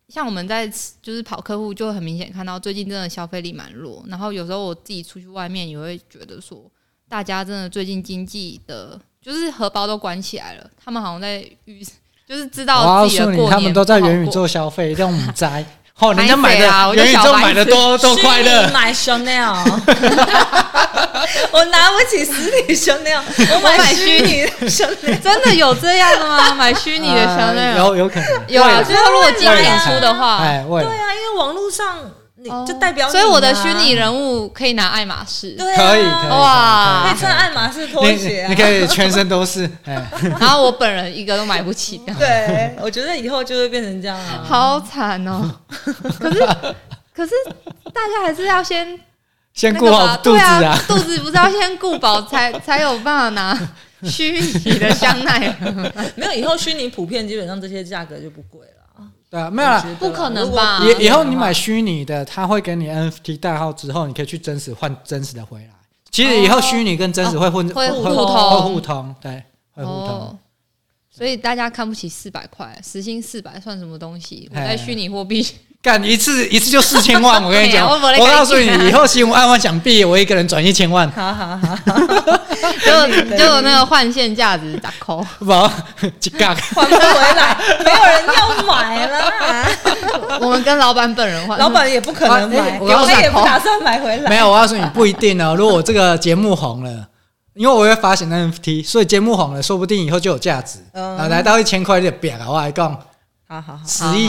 Speaker 2: 像我们在吃就是跑客户，就很明显看到最近真的消费力蛮弱。然后有时候我自己出去外面也会觉得说，大家真的最近经济的，就是荷包都关起来了，他们好像在预，就是知
Speaker 1: 我
Speaker 2: 道
Speaker 1: 告
Speaker 2: 自己的
Speaker 1: 诉
Speaker 2: 过
Speaker 1: 你，
Speaker 2: 年
Speaker 1: 他们都在
Speaker 2: 不好
Speaker 1: 元宇
Speaker 2: 过。
Speaker 1: 宙消费，让我们摘。哦，人家
Speaker 2: 白
Speaker 1: 买
Speaker 2: 费
Speaker 1: 的、
Speaker 2: 啊我就
Speaker 1: 元宇
Speaker 2: 小
Speaker 1: 宙
Speaker 2: 白
Speaker 1: 买的
Speaker 2: 费
Speaker 1: 多多快
Speaker 3: 虚拟
Speaker 1: 乐，
Speaker 3: 买 Chanel，我拿不起实体 Chanel，我
Speaker 2: 我买
Speaker 3: 买
Speaker 2: 虚
Speaker 3: 虚拟的 Chanel。
Speaker 2: 真的有这样的
Speaker 1: *laughs*
Speaker 2: 吗？买虚拟的香
Speaker 1: 呃
Speaker 2: 奈儿、
Speaker 1: 有有可能
Speaker 2: 有啊，
Speaker 1: 为了
Speaker 2: 就是如果今年出的话，
Speaker 1: 哎，为了
Speaker 3: 对啊，因为网络上你
Speaker 2: 哦
Speaker 3: 就代表你嘛，
Speaker 2: 所以我的虚拟人物可以拿爱马仕，
Speaker 3: 对啊
Speaker 1: 可以可以可
Speaker 2: 哇
Speaker 3: 可
Speaker 1: 以
Speaker 3: 以穿爱马仕拖
Speaker 1: 可以
Speaker 3: 鞋啊
Speaker 1: 你你。可以全身都是，哎，
Speaker 2: 然后我本人一个都买不
Speaker 3: *laughs*
Speaker 2: 起的。
Speaker 3: 对，我觉得以后就会变成这样啊。
Speaker 2: 好惨哦！可是可是大家还是要先
Speaker 1: 先
Speaker 2: 那
Speaker 1: 顾
Speaker 2: 个吧
Speaker 1: 好，肚
Speaker 2: 对
Speaker 1: 子
Speaker 2: 啊，肚子不是要先顾饱才 *laughs* 才有办法拿虚拟的香奈
Speaker 1: *laughs*
Speaker 2: 儿，
Speaker 3: 没有以后虚拟普遍，基本上这些价格就不贵了。
Speaker 1: 对啊，没有啦
Speaker 3: 我觉得啦
Speaker 2: 不可能啊吧
Speaker 3: 如果
Speaker 1: 以以后你买虚拟的，他会给你 NFT 代号之后，你可以去真实换真实的回来。其实以后虚拟跟真实会混、
Speaker 2: 哦会
Speaker 1: 会
Speaker 2: 互通
Speaker 1: 会互通，对，会互通。
Speaker 2: 哦。所以大家看不起四百块，时薪四百算什么东西？我
Speaker 1: 哎
Speaker 2: 在虚拟
Speaker 1: *laughs*
Speaker 2: 货币，
Speaker 1: 干一次一次就四千万，我跟你讲，
Speaker 2: *laughs* 哎呀我没在
Speaker 1: 我告诉
Speaker 2: 跟你讲
Speaker 1: 你，以后新闻案万想必我一个人转一千万， *laughs*
Speaker 3: 好好好，
Speaker 2: 结果
Speaker 3: *laughs*
Speaker 2: 结果那个换现价值打扣。
Speaker 1: *laughs* 不好，几
Speaker 2: *laughs*
Speaker 1: 杠。
Speaker 3: 还不回来，没有人要买了啦。
Speaker 1: *laughs*
Speaker 2: 我们跟老板本人换，
Speaker 3: 老板也不可能买，
Speaker 1: 啊我要
Speaker 3: 我也
Speaker 2: 闪
Speaker 3: 不
Speaker 2: 红
Speaker 3: 打算买回来。
Speaker 1: 没有，我告诉你不一定哦。如果我这个节目红了，因为我会发行 NFT，所以节目红了，说不定以后就有价值。
Speaker 3: 嗯
Speaker 1: 啊，来到一千块就变了，我还讲
Speaker 3: 好好好，
Speaker 1: 十亿，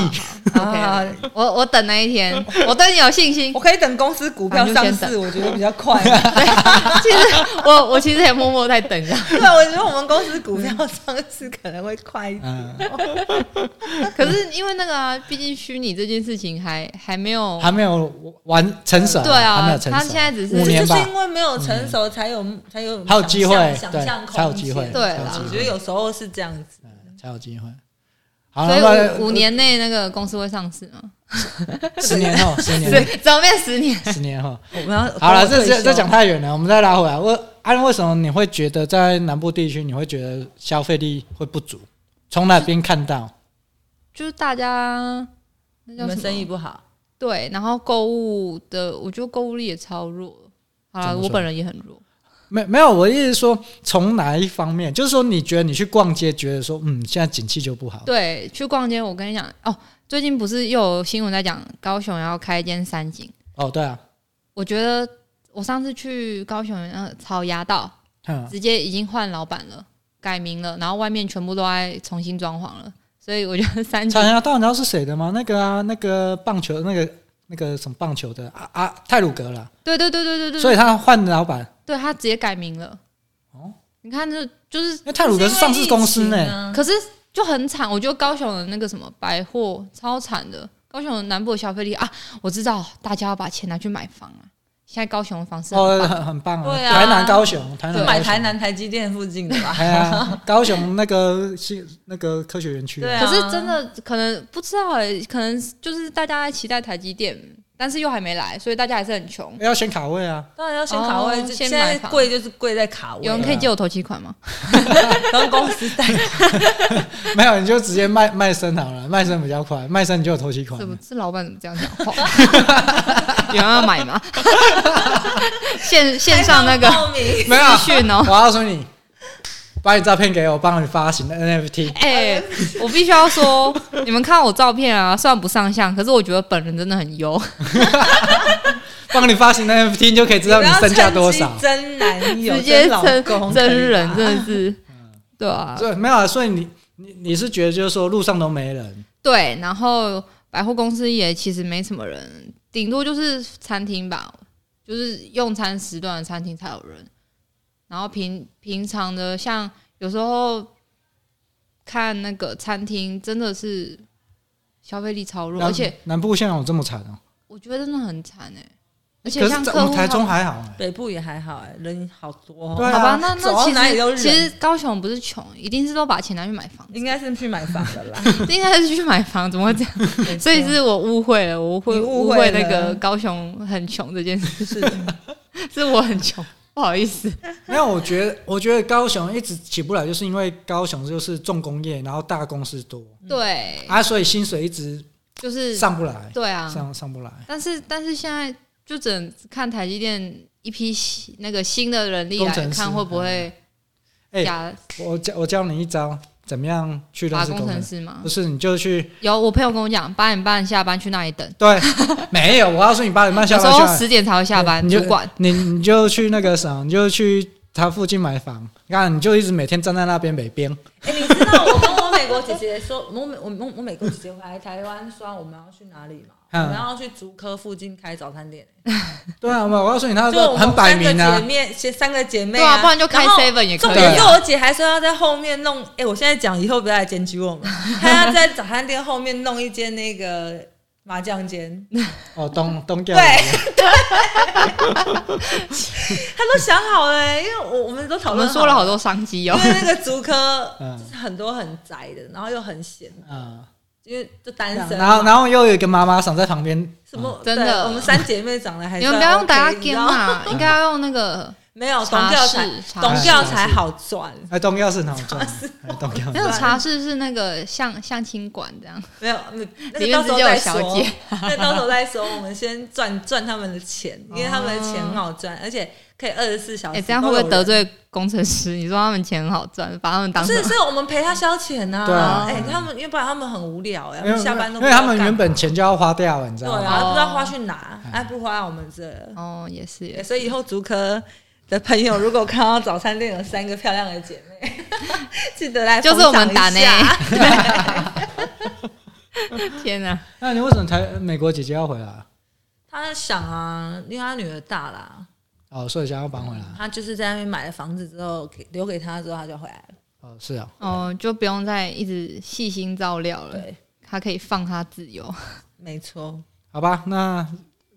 Speaker 2: 好好
Speaker 3: 啊
Speaker 2: 好 OK，我我等那一天，我对你有
Speaker 1: *laughs*
Speaker 2: 信心
Speaker 3: 我。可以等公司股票上市，我觉得比较快。
Speaker 2: 其实我我其实也默默在等啊
Speaker 3: *laughs*
Speaker 2: 着。
Speaker 3: 对，啊我觉得我们公司股票上市可能会快一点。
Speaker 1: 嗯，
Speaker 2: *laughs* 可是因为那个啊，毕竟虚拟这件事情还还没有，
Speaker 1: 还没有完成熟，
Speaker 2: 哦对啊
Speaker 1: 还没有成熟，
Speaker 2: 他现在只是
Speaker 1: *laughs* 五
Speaker 3: 就
Speaker 1: 年
Speaker 3: 是
Speaker 1: 吧，
Speaker 3: 因为没有成熟，才有才有
Speaker 1: 还有机会
Speaker 3: 想
Speaker 1: 对
Speaker 3: 象空间
Speaker 1: 才有机会
Speaker 2: 对啦
Speaker 3: 我觉得有时候是这样子。
Speaker 1: 嗯才有机会。好，
Speaker 2: 所
Speaker 1: 那
Speaker 2: 以
Speaker 1: 么
Speaker 2: 五五年内那个公司会上市吗？
Speaker 1: 十年
Speaker 2: *laughs*
Speaker 1: 后，十
Speaker 2: 对
Speaker 1: 年，
Speaker 2: 怎么变十年？
Speaker 1: 十
Speaker 2: *laughs*
Speaker 1: 年后，
Speaker 3: 我们要
Speaker 1: 好了，这这这讲
Speaker 3: 他
Speaker 1: 太远了，我们再拉回来。我阿伦，为什么你会觉得在南部地区你会觉得消费力会不足？从哪边看到？
Speaker 2: 就是大家那
Speaker 3: 你
Speaker 2: 叫
Speaker 3: 们
Speaker 2: 什
Speaker 3: 生意
Speaker 2: 么？
Speaker 3: 不好，
Speaker 2: 对，然后购物的，我觉得购物力也超弱。好
Speaker 1: 怎
Speaker 2: 了，
Speaker 1: 么说
Speaker 2: 我本人也很弱。
Speaker 1: 没没有，我意思是说从哪一方面？就是说你觉得你去逛街，觉得说嗯，现在景气就不好，
Speaker 2: 对，去逛街，我跟你讲哦，最近不是又有新闻在讲高雄要开一间三井，
Speaker 1: 哦，对啊，
Speaker 2: 我觉得我上次去高雄呃草衙道，
Speaker 1: 嗯，
Speaker 2: 直接已经换老板了，改名了，然后外面全部都在重新装潢了，所以我觉
Speaker 1: *laughs*
Speaker 2: 得三井
Speaker 1: 长峡道你知道是谁的吗？那个啊，那个棒球那个那个什么棒球的啊啊泰鲁格啦，
Speaker 2: 对对对对对
Speaker 1: 所
Speaker 2: 对，
Speaker 1: 以他换老板，
Speaker 2: 对他直接改名了。
Speaker 1: 哦
Speaker 2: 你看这就是，
Speaker 1: 因为泰鲁格是上市公司呢、
Speaker 2: 可是就很惨，我觉得高雄的那个什么百货超惨的，高雄的南部的消费力啊，我知道大家要把钱拿去买房啊，现在高雄的房市
Speaker 1: 哦，
Speaker 2: 很棒。
Speaker 1: 很很棒啊！
Speaker 3: 对啊
Speaker 1: 台南、高雄，台
Speaker 3: 就
Speaker 1: 南、
Speaker 3: 买台，南台积电附近的吧。
Speaker 1: 哎呀，高雄那个是那个科学园区、
Speaker 3: 对啊
Speaker 2: 可是真的可能不知道、欸，可能就是大家在期待台积电，但是又还没来，所以大家还是很穷。
Speaker 1: 要先卡位啊！
Speaker 3: 当然要先卡位，
Speaker 2: 哦
Speaker 3: 就
Speaker 2: 先
Speaker 3: 现
Speaker 2: 买
Speaker 3: 在
Speaker 2: 房
Speaker 3: 贵就是贵在卡位
Speaker 2: 有人
Speaker 3: 啊，
Speaker 2: 可以借我投期款吗？
Speaker 3: 跟公司贷
Speaker 1: 没有，你就直接卖卖身好了，卖身比较快，卖身你就有头期款
Speaker 2: 怎
Speaker 1: 了
Speaker 2: 么。这老板怎么这样讲话？ *laughs* 有人要买吗？ *laughs* 线线上那个
Speaker 3: 还没有报
Speaker 1: *laughs*
Speaker 3: 名，
Speaker 1: 没有，啊
Speaker 2: 资 *laughs* 讯
Speaker 1: 我
Speaker 2: 哦。
Speaker 1: 告诉你，把你照片给我，我帮你发行 NFT。
Speaker 2: 哎、我必须要说，你们看我照片啊，虽然不上相，可是我觉得本人真的很优。
Speaker 1: 帮你发行 NFT，你就可以知道你身价多少
Speaker 3: 你不要趁机。真男友，
Speaker 2: 直接
Speaker 3: 真老公
Speaker 2: 真真人
Speaker 3: 可以吧嗯
Speaker 2: 真的是，对啊，
Speaker 1: 对，没有啊，所以你你你是觉得就是说路上都没人，
Speaker 2: 对。然后百货公司也其实没什么人，顶多就是餐厅吧，就是用餐时段的餐厅才有人。然后平平常的，像有时候看那个餐厅，真的是消费力超弱，
Speaker 1: 南
Speaker 2: 而且
Speaker 1: 南部现在有这么惨哦、
Speaker 2: 我觉得真的很惨哎、而且
Speaker 1: 可
Speaker 2: 像
Speaker 1: 是在
Speaker 2: 客
Speaker 1: 我
Speaker 2: 户
Speaker 1: 们台中
Speaker 2: 他
Speaker 1: 还好、欸，
Speaker 3: 北部也还好哎、人好多、
Speaker 1: 对
Speaker 3: 哦，
Speaker 1: 啊
Speaker 2: 好吧，那
Speaker 3: 走到哪里都
Speaker 2: 那
Speaker 3: 是
Speaker 2: 其实其
Speaker 3: 人
Speaker 2: 实高雄不是穷，一定是都把钱拿去买房子，
Speaker 3: 应该是去买房的
Speaker 1: *laughs*
Speaker 3: 啦。
Speaker 2: 应该是去买房，怎么会这样？
Speaker 3: 没错
Speaker 2: 所以
Speaker 1: 啊
Speaker 2: 是我误会了，我误会
Speaker 3: 你误
Speaker 2: 误
Speaker 3: 会
Speaker 2: 会
Speaker 3: 了
Speaker 2: 那个高雄很穷这
Speaker 1: *laughs*
Speaker 2: 件事，
Speaker 3: 是
Speaker 2: *laughs* 是我很穷，不好意思。
Speaker 1: 没有，我觉得我觉得高雄一直起不来，就是因为高雄就是重工业，然后大公司多
Speaker 2: 对，
Speaker 1: 啊，所以薪水一直
Speaker 2: 就是
Speaker 1: 上不来，
Speaker 2: 对啊，
Speaker 1: 上上不来，
Speaker 2: 但是但是现在就只能看台积电一批新那个新的人力
Speaker 1: 工
Speaker 2: 来
Speaker 1: 程师
Speaker 2: 看会不会
Speaker 1: 哎
Speaker 2: 加
Speaker 1: 我教我教你一招，怎么样去认
Speaker 2: 发
Speaker 1: 识
Speaker 2: 工
Speaker 1: 工
Speaker 2: 程
Speaker 1: 程师？
Speaker 2: 师嗯吗
Speaker 1: 不？哎是，你就去
Speaker 2: 有，我朋友跟我讲，八点半下班去那里等，
Speaker 1: 对， *laughs* 没有，我告诉你，八点半下
Speaker 2: 有时
Speaker 1: 班
Speaker 2: 候
Speaker 1: 下来
Speaker 2: 十点才会下班，
Speaker 1: 你就
Speaker 2: 主管。
Speaker 1: 你你就去那个啥，你就去他附近买房，看你就一直每天站在那边北边，
Speaker 3: 哎、你知道我跟我美国姐姐说，我美我我我美国姐姐回来台湾说我们要去哪里嘛？
Speaker 1: 嗯
Speaker 3: 我们要去竹科附近开早餐店、
Speaker 1: 对啊，我告诉你，他
Speaker 3: 就我
Speaker 1: 说
Speaker 3: 们
Speaker 1: 很摆明
Speaker 3: 三个
Speaker 1: 啊
Speaker 3: 姐，妹，先三个姐妹、
Speaker 2: 对啊，不然就开
Speaker 3: 然后
Speaker 2: seven 也可
Speaker 3: 重
Speaker 2: 以
Speaker 3: 点是
Speaker 2: 啊。
Speaker 3: 我姐还说要在后面弄，哎、我现在讲以后不要来检举我们，
Speaker 2: *laughs*
Speaker 3: 她要在早餐店后面弄一间那个麻将间，
Speaker 1: 哦，东东调
Speaker 3: 对，她都想好了、哎因为我我们都讨
Speaker 2: 我
Speaker 3: 论
Speaker 2: 们说了好多商机
Speaker 3: 因
Speaker 2: 哦，
Speaker 3: 为那个竹科
Speaker 1: 嗯
Speaker 3: 就是很多很宅的，然后又很闲，
Speaker 1: 嗯，
Speaker 3: 因为就单身嘛，
Speaker 1: 然后然后又有一个妈妈想在旁边，
Speaker 3: 什么
Speaker 2: 嗯真
Speaker 3: 对
Speaker 2: 的
Speaker 3: 我们三姐妹长得还
Speaker 2: *laughs* 你们不
Speaker 3: 算
Speaker 2: 要用
Speaker 3: OK，
Speaker 2: 打家
Speaker 3: 你
Speaker 2: game
Speaker 3: 知道
Speaker 2: 啦，应该要用那个
Speaker 3: 没有
Speaker 2: 茶
Speaker 3: 董教才
Speaker 2: 室茶
Speaker 3: 董
Speaker 1: 室
Speaker 3: 教才好赚，
Speaker 1: 哎，东调是哪
Speaker 3: *laughs*
Speaker 1: 种？
Speaker 3: 哦
Speaker 1: 哎东调
Speaker 2: 没有茶室是那个像像清馆这样，
Speaker 3: 没有，那那
Speaker 2: 里
Speaker 3: 个到
Speaker 2: 面直
Speaker 3: 时候
Speaker 2: 接有
Speaker 3: 再
Speaker 2: 小
Speaker 3: 说
Speaker 2: 姐，
Speaker 3: *laughs* 那到时候再说。我们先赚赚他们的钱，因为他们的钱很好赚，而且可以二十四小时。
Speaker 2: 哎，这样会不会得？罪工程师？你说他们钱很好赚，把他们当成
Speaker 3: 是，是我们陪他消遣呐、
Speaker 1: 对啊
Speaker 3: 哎、他们因为不然他们很无聊
Speaker 1: 没
Speaker 3: 哎、他
Speaker 1: 有
Speaker 3: 们下班都
Speaker 1: 因
Speaker 3: 不
Speaker 1: 为
Speaker 3: 知道
Speaker 1: 他们
Speaker 3: 干
Speaker 1: 原本钱就要花掉了，你知
Speaker 3: 对
Speaker 1: 道吗？
Speaker 3: 啊，
Speaker 2: 哦
Speaker 3: 不知道花去哪，哎、不花我们这。
Speaker 2: *laughs* 哦，也是
Speaker 3: 哎 *laughs*
Speaker 2: 也是，
Speaker 3: 所以以后竹科的朋友，如果看到早餐店有三个漂亮的姐妹， *laughs* 记得来
Speaker 2: 就是我们打呢
Speaker 3: 呢。对
Speaker 2: 天哪！
Speaker 1: 那你为什么台美国姐姐要回来？
Speaker 3: *laughs* 他在想啊，因为他女儿大啦，
Speaker 1: 哦，所以想要搬回来。
Speaker 3: 他就是在那边买了房子之后，给留给他之后，他就回来了。
Speaker 1: 哦，是啊，
Speaker 2: 哦，就不用再一直细心照料了，
Speaker 3: 对，
Speaker 2: 他可以放他自
Speaker 3: *laughs*
Speaker 2: 由。
Speaker 3: 没
Speaker 2: 哦
Speaker 3: 错。
Speaker 1: 好吧，那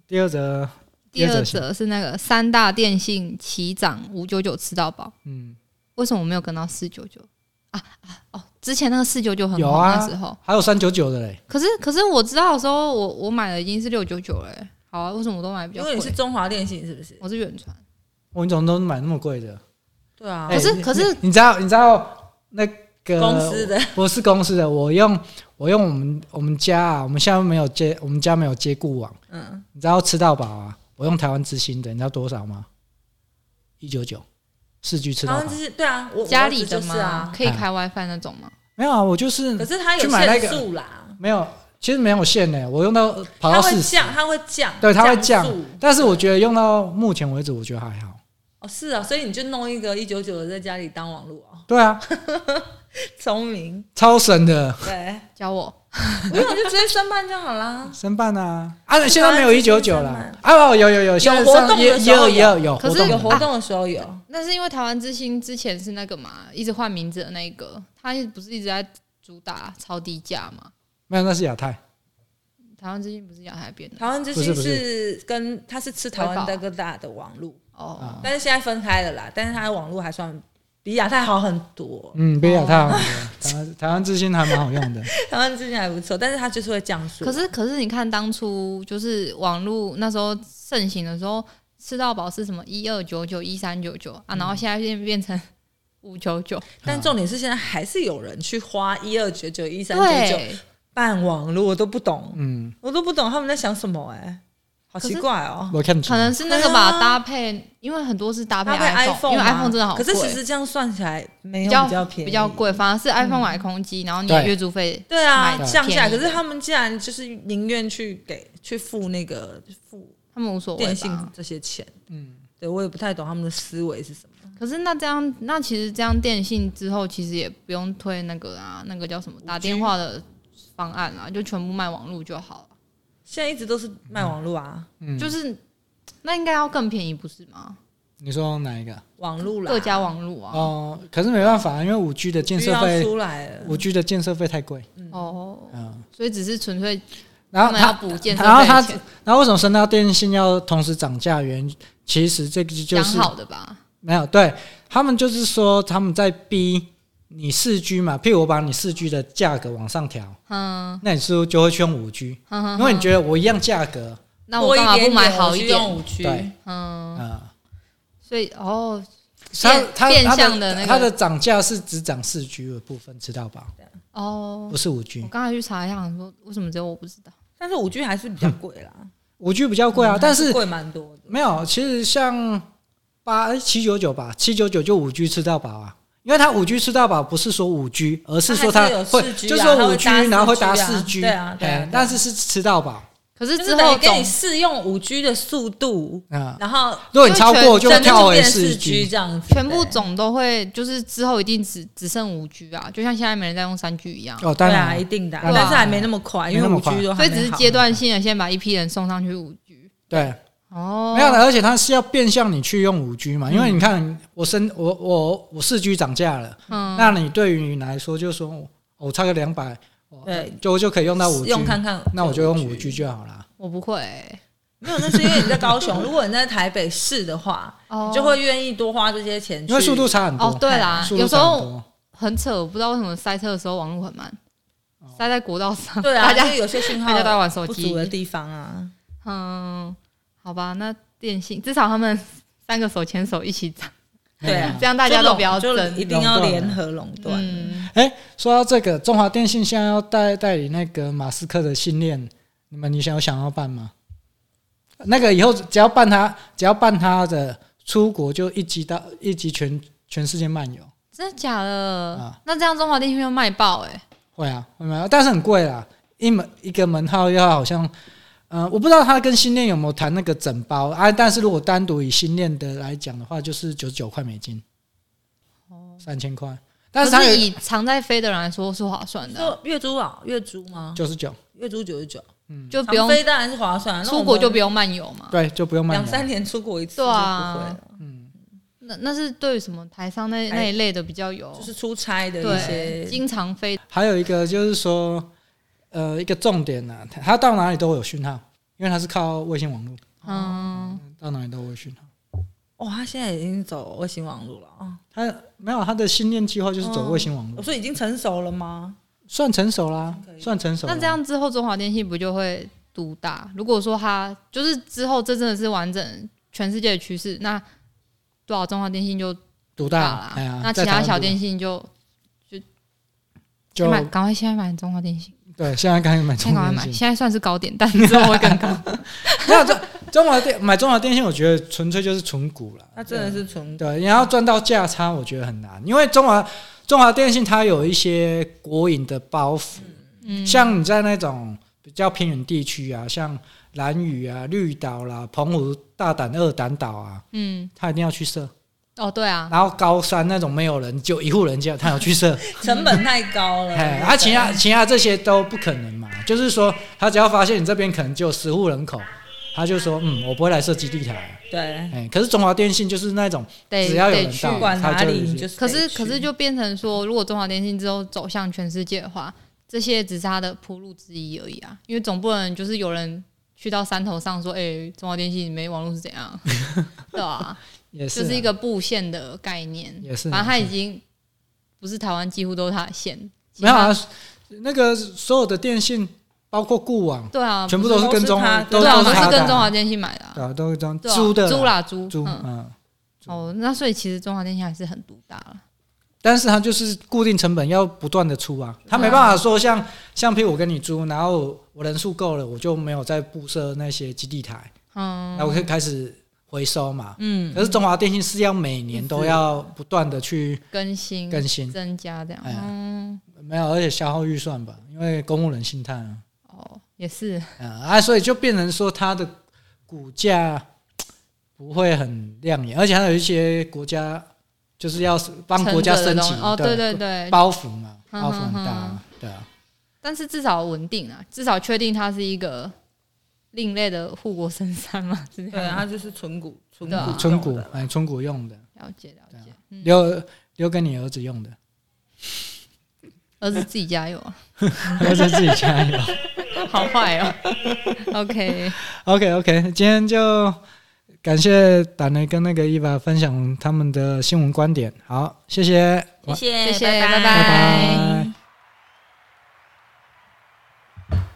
Speaker 1: 第二则，
Speaker 2: 第二
Speaker 1: 先，
Speaker 2: 则是那个三大电信齐涨五九九吃到饱，
Speaker 1: 嗯，
Speaker 2: 为什么我没有跟到四九九啊啊？哦，之前那个四九九很
Speaker 1: 有
Speaker 2: 红
Speaker 1: 啊
Speaker 2: 那时候，
Speaker 1: 还有三九九的嘞，
Speaker 2: 可是可是我知道的时候，我我买的已经是六九九了欸。好啊，为什么我都买比较
Speaker 3: 因
Speaker 2: 贵
Speaker 3: 为你？是中华电信是不是？
Speaker 2: 我是远传，
Speaker 1: 我你怎么都买那么贵的？
Speaker 3: 对啊，
Speaker 1: 哎
Speaker 2: 可是
Speaker 1: 你
Speaker 2: 可是
Speaker 1: 你你知道你知道那个
Speaker 3: 公司的
Speaker 1: 不是公司的，我用我用我们我们家啊，我们下面没有接我们家没有接固网，
Speaker 3: 嗯，
Speaker 1: 你知道吃到饱啊，我用台湾之星的，你知道多少吗？一九九，四 G 吃
Speaker 3: 台
Speaker 1: 到
Speaker 3: 湾
Speaker 1: 饱
Speaker 3: 之。是对啊，我
Speaker 2: 家里的
Speaker 3: 我儿子就
Speaker 2: 吗？
Speaker 3: 是啊，
Speaker 2: 可以开 WiFi 那种吗？
Speaker 1: 没有啊，我就是
Speaker 3: 可是他
Speaker 1: 去
Speaker 3: 有
Speaker 1: 买那个
Speaker 3: 限速啦，
Speaker 1: 没有，其实没有限呢，我用到跑
Speaker 3: 他
Speaker 1: 到
Speaker 3: 会
Speaker 1: 四十，
Speaker 3: 降，他会降，
Speaker 1: 对，它会
Speaker 3: 降
Speaker 1: 降
Speaker 3: 速，
Speaker 1: 但是我觉得用到目前为止，我觉得还好。
Speaker 3: 哦，是啊，所以你就弄一个一九九的在家里当网络哦，
Speaker 1: 对啊，
Speaker 3: *laughs* 聪明，
Speaker 1: 超神的
Speaker 3: 对，
Speaker 2: 教我
Speaker 3: 不用就直接申办就好啦。
Speaker 1: 申办啊！啊，现在没有一九九了
Speaker 3: 申
Speaker 1: 啊，有有有，现在
Speaker 3: 有活
Speaker 1: 上
Speaker 3: 动的
Speaker 1: 也
Speaker 3: 时
Speaker 1: 也有
Speaker 3: 候
Speaker 1: 也有有
Speaker 2: 可
Speaker 1: 活
Speaker 2: 是啊
Speaker 1: 动啊
Speaker 3: 有
Speaker 1: 的，
Speaker 3: 活动的时候有，
Speaker 2: 那是因为台湾之星之前是那个嘛，一直换名字的那一个，他不是一直在主打超低价嘛？
Speaker 1: 没有那是亚太，
Speaker 2: 台湾之星不是亚太变的
Speaker 3: 台湾之
Speaker 1: 不是
Speaker 3: 星
Speaker 1: 不
Speaker 3: 是跟他是吃台
Speaker 2: 维保
Speaker 3: 湾大哥大的网络，
Speaker 2: 哦
Speaker 1: 啊，
Speaker 3: 但是现在分开了啦，但是他的网络还算比亚太好很多， *laughs*
Speaker 1: 嗯，别亚太
Speaker 3: 哦
Speaker 1: 好台湾台湾之星还蛮好用的，
Speaker 3: 台湾之星还不错，但是他就是会降速。
Speaker 2: 可是可是你看当初就是网络那时候盛行的时候，吃到饱是什么一二九九一三九九
Speaker 3: 嗯
Speaker 2: 啊，然后现在变变成 *laughs* 五九九，
Speaker 3: 但重点是现在还是有人去花一二九九、 *laughs* 一三九九
Speaker 2: 对，
Speaker 3: 办网络，我都不懂，
Speaker 1: 嗯，
Speaker 3: 我都不懂他们在想什么、哎，好奇怪哦、
Speaker 1: 我看出
Speaker 2: 可能是那个
Speaker 3: 对
Speaker 2: 吧
Speaker 3: 啊
Speaker 2: 搭配，因为很多是搭配
Speaker 3: 搭配
Speaker 2: iPhone，因为
Speaker 3: 吗
Speaker 2: iPhone 真的好
Speaker 3: 可
Speaker 2: 贵，
Speaker 3: 是其实这样算起来没
Speaker 2: 比
Speaker 3: 有
Speaker 2: 较
Speaker 3: 较便宜，
Speaker 2: 比较。贵，反而是 iPhone 买空机，然后你
Speaker 1: 对
Speaker 2: 月租费
Speaker 3: 对啊，
Speaker 2: 买
Speaker 3: 降下来。可
Speaker 2: 便宜
Speaker 3: 是他们竟然就是宁愿去给去付那个付
Speaker 2: 他们无所谓
Speaker 3: 电信
Speaker 2: 吧。
Speaker 3: 这些钱，
Speaker 1: 嗯，
Speaker 3: 对我也不太懂他们的思维是什么。
Speaker 2: 可是那这样，那其实这样电信之后，其实也不用推那个啊，那个叫什么打电话的方案
Speaker 1: 嗯
Speaker 2: 啦，就全部卖网络就好了。
Speaker 3: 现在一直都是卖网络啊，
Speaker 1: 嗯，
Speaker 2: 就是那应该要更便宜，不是吗？
Speaker 1: 你说哪一个？
Speaker 3: 网络啦，
Speaker 2: 各家网络啊。
Speaker 1: 哦、可是没办法，因为五 G 的建设
Speaker 3: 需要
Speaker 1: 费，
Speaker 3: 出来了，
Speaker 1: 五 G 的建设费太贵，
Speaker 2: 哦，
Speaker 1: 嗯，
Speaker 2: 所以只是纯粹
Speaker 1: 然后
Speaker 2: 们要
Speaker 1: 它，
Speaker 2: 补建设
Speaker 1: 然后
Speaker 2: 费
Speaker 1: 它
Speaker 2: 的钱，，
Speaker 1: 然后为什么深到电信要同时涨价？原因其实这个就
Speaker 2: 讲
Speaker 1: 是
Speaker 2: 好的吧？
Speaker 1: 没有，对他们就是说他们在逼你四 G 嘛，譬如我把你四 G 的价格往上调，
Speaker 2: 嗯，
Speaker 1: 那你是不是就会去用五 G？
Speaker 2: 哼哼
Speaker 1: 因为你觉得我一样价格，
Speaker 2: 那我干嘛不买好
Speaker 3: 多
Speaker 2: 一点？
Speaker 3: 一点点我去用五
Speaker 1: 对
Speaker 3: G？
Speaker 2: 嗯，
Speaker 1: 嗯，
Speaker 2: 所以哦，
Speaker 1: 它它
Speaker 2: 变
Speaker 1: 它
Speaker 2: 相的那个
Speaker 1: 它的涨价是只涨四 G 的部分，知道吧？
Speaker 2: 哦
Speaker 1: 不，是五 G
Speaker 2: 我。刚才去查一下，想说为什么只有我不知道？
Speaker 3: 但是五 G 还是比较贵啦，
Speaker 1: 五 G 比较 *laughs*
Speaker 2: 嗯
Speaker 1: 贵啊，但是
Speaker 3: 贵蛮多的。
Speaker 1: 没有，其实像八哎七九九吧，七九九就五 G 吃到饱啊，因为它五 G 吃到饱不是说五 G，而是说
Speaker 3: 它还是有
Speaker 1: 会
Speaker 3: 4G 啊
Speaker 1: 就是说五 G，
Speaker 3: 它会搭
Speaker 1: 然后会搭
Speaker 3: 4G 啊
Speaker 1: 四 G，
Speaker 3: 对啊对啊
Speaker 1: 哎
Speaker 3: 对啊
Speaker 1: 但是是吃到饱
Speaker 2: 可是
Speaker 3: 就
Speaker 2: 之
Speaker 3: 是
Speaker 2: 后
Speaker 3: 等于给
Speaker 2: 总
Speaker 3: 你试用五 G 的速度，
Speaker 1: 啊。
Speaker 3: 然后
Speaker 1: 如果你超过，
Speaker 2: 就
Speaker 1: 会
Speaker 3: 真的
Speaker 1: 跳回
Speaker 3: 变
Speaker 1: 四
Speaker 3: 四 G 这样子，
Speaker 2: 全部
Speaker 3: 对
Speaker 2: 总都会，就是之后一定只只剩五 G 啊，就像现在没人在用三 G 一样。
Speaker 1: 哦，当
Speaker 3: 对啊，
Speaker 1: 然
Speaker 3: 一定的啊，
Speaker 1: 当然
Speaker 3: 但是还没那么快，因
Speaker 1: 没那
Speaker 3: 为
Speaker 1: 么
Speaker 3: 五
Speaker 1: 快
Speaker 3: G 都
Speaker 2: 所
Speaker 3: 还
Speaker 2: 以
Speaker 3: 没
Speaker 2: 只是
Speaker 3: 好
Speaker 2: 阶段性的先把一批人送上去五 G。
Speaker 1: 对，
Speaker 2: 哦，
Speaker 1: 没有的，而且它是要变相你去用五 G
Speaker 3: 嗯
Speaker 1: 嘛，因为你看我升我我我四 G 涨价了，
Speaker 2: 嗯，
Speaker 1: 那你对于你来说就说哦我差个两百，
Speaker 3: 对，
Speaker 1: 就就可以用到五 G，
Speaker 3: 用看看，
Speaker 1: 那我就用五 G 就好了。
Speaker 2: 我不会欸、
Speaker 3: 没有，那是因为你在高
Speaker 2: *laughs*
Speaker 3: 雄，如果你在台北市的话，
Speaker 2: 哦
Speaker 3: 你就会愿意多花这些钱去，
Speaker 1: 因为速度差很多。
Speaker 2: 哦，对
Speaker 3: 啊
Speaker 2: 啦，
Speaker 1: 速度
Speaker 2: 有时
Speaker 1: 差很
Speaker 2: 候
Speaker 1: 多。
Speaker 2: 很扯，我不知道为什么塞车的时候网络很慢，塞在国道上，
Speaker 3: 哦对
Speaker 2: 大
Speaker 3: 啊，就
Speaker 2: 家
Speaker 3: 是有些信
Speaker 2: 大家都在
Speaker 3: 号
Speaker 2: 玩手
Speaker 3: 不
Speaker 2: 机
Speaker 3: 足。的地方啊，
Speaker 2: 嗯，好吧，那电信至少他们三个手牵手一起涨，
Speaker 3: 对啊
Speaker 2: 这样大家都不要
Speaker 3: 就
Speaker 2: 争
Speaker 3: 一啊定要联合垄断。
Speaker 2: 嗯，
Speaker 1: 哎，说到这个，中华电信现在要代代理那个马斯克的信念，你们你想有想要办吗？那个以后只要办他，只要办他的出国，就一级到一级全全世界漫游，
Speaker 2: 真的假
Speaker 1: 啊
Speaker 2: 的？那这样中华电信要卖爆哎、
Speaker 1: 会啊，会吗？但是很贵啦，一门一个门号要好像，呃，我不知道他跟新链有没有谈那个整包啊，但是如果单独以新链的来讲的话，就是九十九块美金，哦，三千块，但是
Speaker 2: 可
Speaker 1: 他有
Speaker 2: 以常在飞的人来说是划算的啊、
Speaker 3: 就月租啊，月租吗？
Speaker 1: 九十九，
Speaker 3: 月租九十九，
Speaker 2: 就不
Speaker 3: 长嗯
Speaker 2: 用
Speaker 3: 飞当然是划算啊，
Speaker 2: 出国就不
Speaker 3: 用
Speaker 2: 用漫游嘛。
Speaker 1: 对，就不用漫
Speaker 3: 两
Speaker 1: 游。嗯
Speaker 3: 三年出国一次就
Speaker 2: 对
Speaker 3: 不会
Speaker 2: 啊
Speaker 3: 了，
Speaker 2: 那那是对于什么台商那
Speaker 3: 台
Speaker 2: 那一类的比较有，
Speaker 3: 就是出差的一
Speaker 2: 对
Speaker 3: 些。
Speaker 2: 经常飞
Speaker 1: 还有一个就是说，呃，一个重点呢、它它到哪里都有讯号，因为它是靠卫星网络，
Speaker 3: 哦
Speaker 2: 嗯，
Speaker 1: 到哪里都有讯号。
Speaker 3: 哇，他现在已经走卫星网络了啊，
Speaker 1: 它没有它的新链计划就是走卫星
Speaker 2: 嗯
Speaker 1: 网络，
Speaker 3: 我说已经成熟了吗？
Speaker 1: 算成熟啦，算成熟啦。
Speaker 2: 那这样之后中华电信不就会独大？如果说它就是之后这真的是完整全世界的趋势，那多少中华电信就独
Speaker 1: 独
Speaker 2: 大
Speaker 1: 大
Speaker 2: 啦，，
Speaker 1: 哎呀，
Speaker 2: 那其
Speaker 1: 在台
Speaker 2: 他
Speaker 1: 湾
Speaker 2: 小
Speaker 1: 独
Speaker 2: 电信就
Speaker 1: 就
Speaker 2: 买，赶快现在买中华电信，
Speaker 1: 对，现在赶紧买中
Speaker 2: 现在
Speaker 1: 华
Speaker 2: 赶快
Speaker 1: 电
Speaker 2: 买，
Speaker 1: 信。 *laughs*
Speaker 2: 现在算是高点，但之后会更高。
Speaker 1: 没有中中华电买中华电信，我觉得纯粹就是纯股了。
Speaker 3: 他真的是纯
Speaker 1: 对，你要赚到价差，我觉得很难，因为中华中华电信它有一些国营的包袱，
Speaker 2: 嗯，
Speaker 1: 像你在那种比较偏远地区啊，像兰屿啊、绿岛啦、澎湖大胆二胆岛啊，
Speaker 2: 嗯，
Speaker 1: 他一定要去设。
Speaker 2: 哦对啊，
Speaker 1: 然后高山那种没有人，就一户人家，他有去
Speaker 2: *laughs*
Speaker 1: 设。
Speaker 3: 成本太高了，
Speaker 1: 哎，啊，其他其他这些都不可能嘛。就是说，他只要发现你这边可能只有十户人口，他就说，嗯，我不会来设基地台。
Speaker 2: 嗯
Speaker 3: 对，
Speaker 1: 哎，可是中华电信就是那种
Speaker 2: 得
Speaker 1: 只要有
Speaker 2: 得
Speaker 1: 人
Speaker 2: 去
Speaker 1: 到。
Speaker 3: 不管哪里
Speaker 1: 他就
Speaker 3: 你
Speaker 1: 是
Speaker 3: 就是
Speaker 2: 可
Speaker 3: 得
Speaker 2: 是
Speaker 3: 去
Speaker 2: 可是就变成说，如果中华电信之后走向全世界的话，这些只是它的铺路之一而已啊，因为总不能就是有人。去到山头上说：“哎、中华电信没网络是怎样？” *laughs* 对啊，
Speaker 1: 也 *laughs* 是啊、
Speaker 2: 就是一个布线的概念。
Speaker 1: 也是啊
Speaker 2: 反正它已经不是台湾，几乎都是它的线。其
Speaker 1: 没有
Speaker 2: 他
Speaker 1: 啊，那个所有的电信，包括固网，
Speaker 2: 对啊，
Speaker 1: 全部都是跟中
Speaker 3: 都是他，
Speaker 2: 对
Speaker 1: 是
Speaker 2: 啊，
Speaker 1: 他
Speaker 2: 我是
Speaker 1: 的
Speaker 2: 跟
Speaker 1: 啊
Speaker 2: 中华电信买的、啊，
Speaker 1: 对啊，都是这样
Speaker 2: 对啊
Speaker 1: 租的
Speaker 2: 租啦租
Speaker 1: 租，
Speaker 2: 嗯，
Speaker 1: 嗯，
Speaker 2: 哦，那所以其实中华电信还是很独大了。
Speaker 1: 但是它就是固定成本要不断的出啊，它没办法说
Speaker 2: 嗯
Speaker 1: 像像譬如我跟你租，然后我人数够了，我就没有再布设那些基地台，
Speaker 2: 嗯，
Speaker 1: 那我可以开始回收嘛。
Speaker 3: 嗯，
Speaker 1: 可是中华电信是要每年都要不断的去
Speaker 2: 更新
Speaker 1: 更新，
Speaker 2: 增加这样，
Speaker 1: 哎呀
Speaker 2: 嗯，
Speaker 1: 没有，而且消耗预算吧，因为公务人心态啊，
Speaker 2: 哦，也是，
Speaker 1: 嗯啊，所以就变成说它的股价不会很亮眼，而且还有一些国家就是要帮国家
Speaker 2: 撑着
Speaker 1: 升
Speaker 2: 的
Speaker 1: 级
Speaker 2: 东西，哦，对对对，
Speaker 1: 包袱嘛，包袱很大
Speaker 2: 嗯嗯嗯
Speaker 1: 啊，对啊。
Speaker 2: 但是至少稳定啊，至少确定它是一个另类的护国神山嘛，是这
Speaker 3: 对，
Speaker 1: 啊
Speaker 2: 样吗。
Speaker 3: 它就是纯股，纯
Speaker 2: 对啊
Speaker 3: 股，
Speaker 1: 存股，哎，存股用的，
Speaker 2: 了解了解，嗯，
Speaker 1: 留留给你儿子用
Speaker 2: *laughs*
Speaker 1: 的，
Speaker 2: 儿子自己加油啊，
Speaker 1: 儿子自己加油。
Speaker 2: 好坏哦。OK，
Speaker 1: OK OK，今 *laughs* 天就感谢胆雷跟那个伊娃分享他们的新闻观点，好，谢谢，
Speaker 3: 谢
Speaker 2: 谢谢，
Speaker 3: 拜
Speaker 2: 拜
Speaker 1: 拜拜。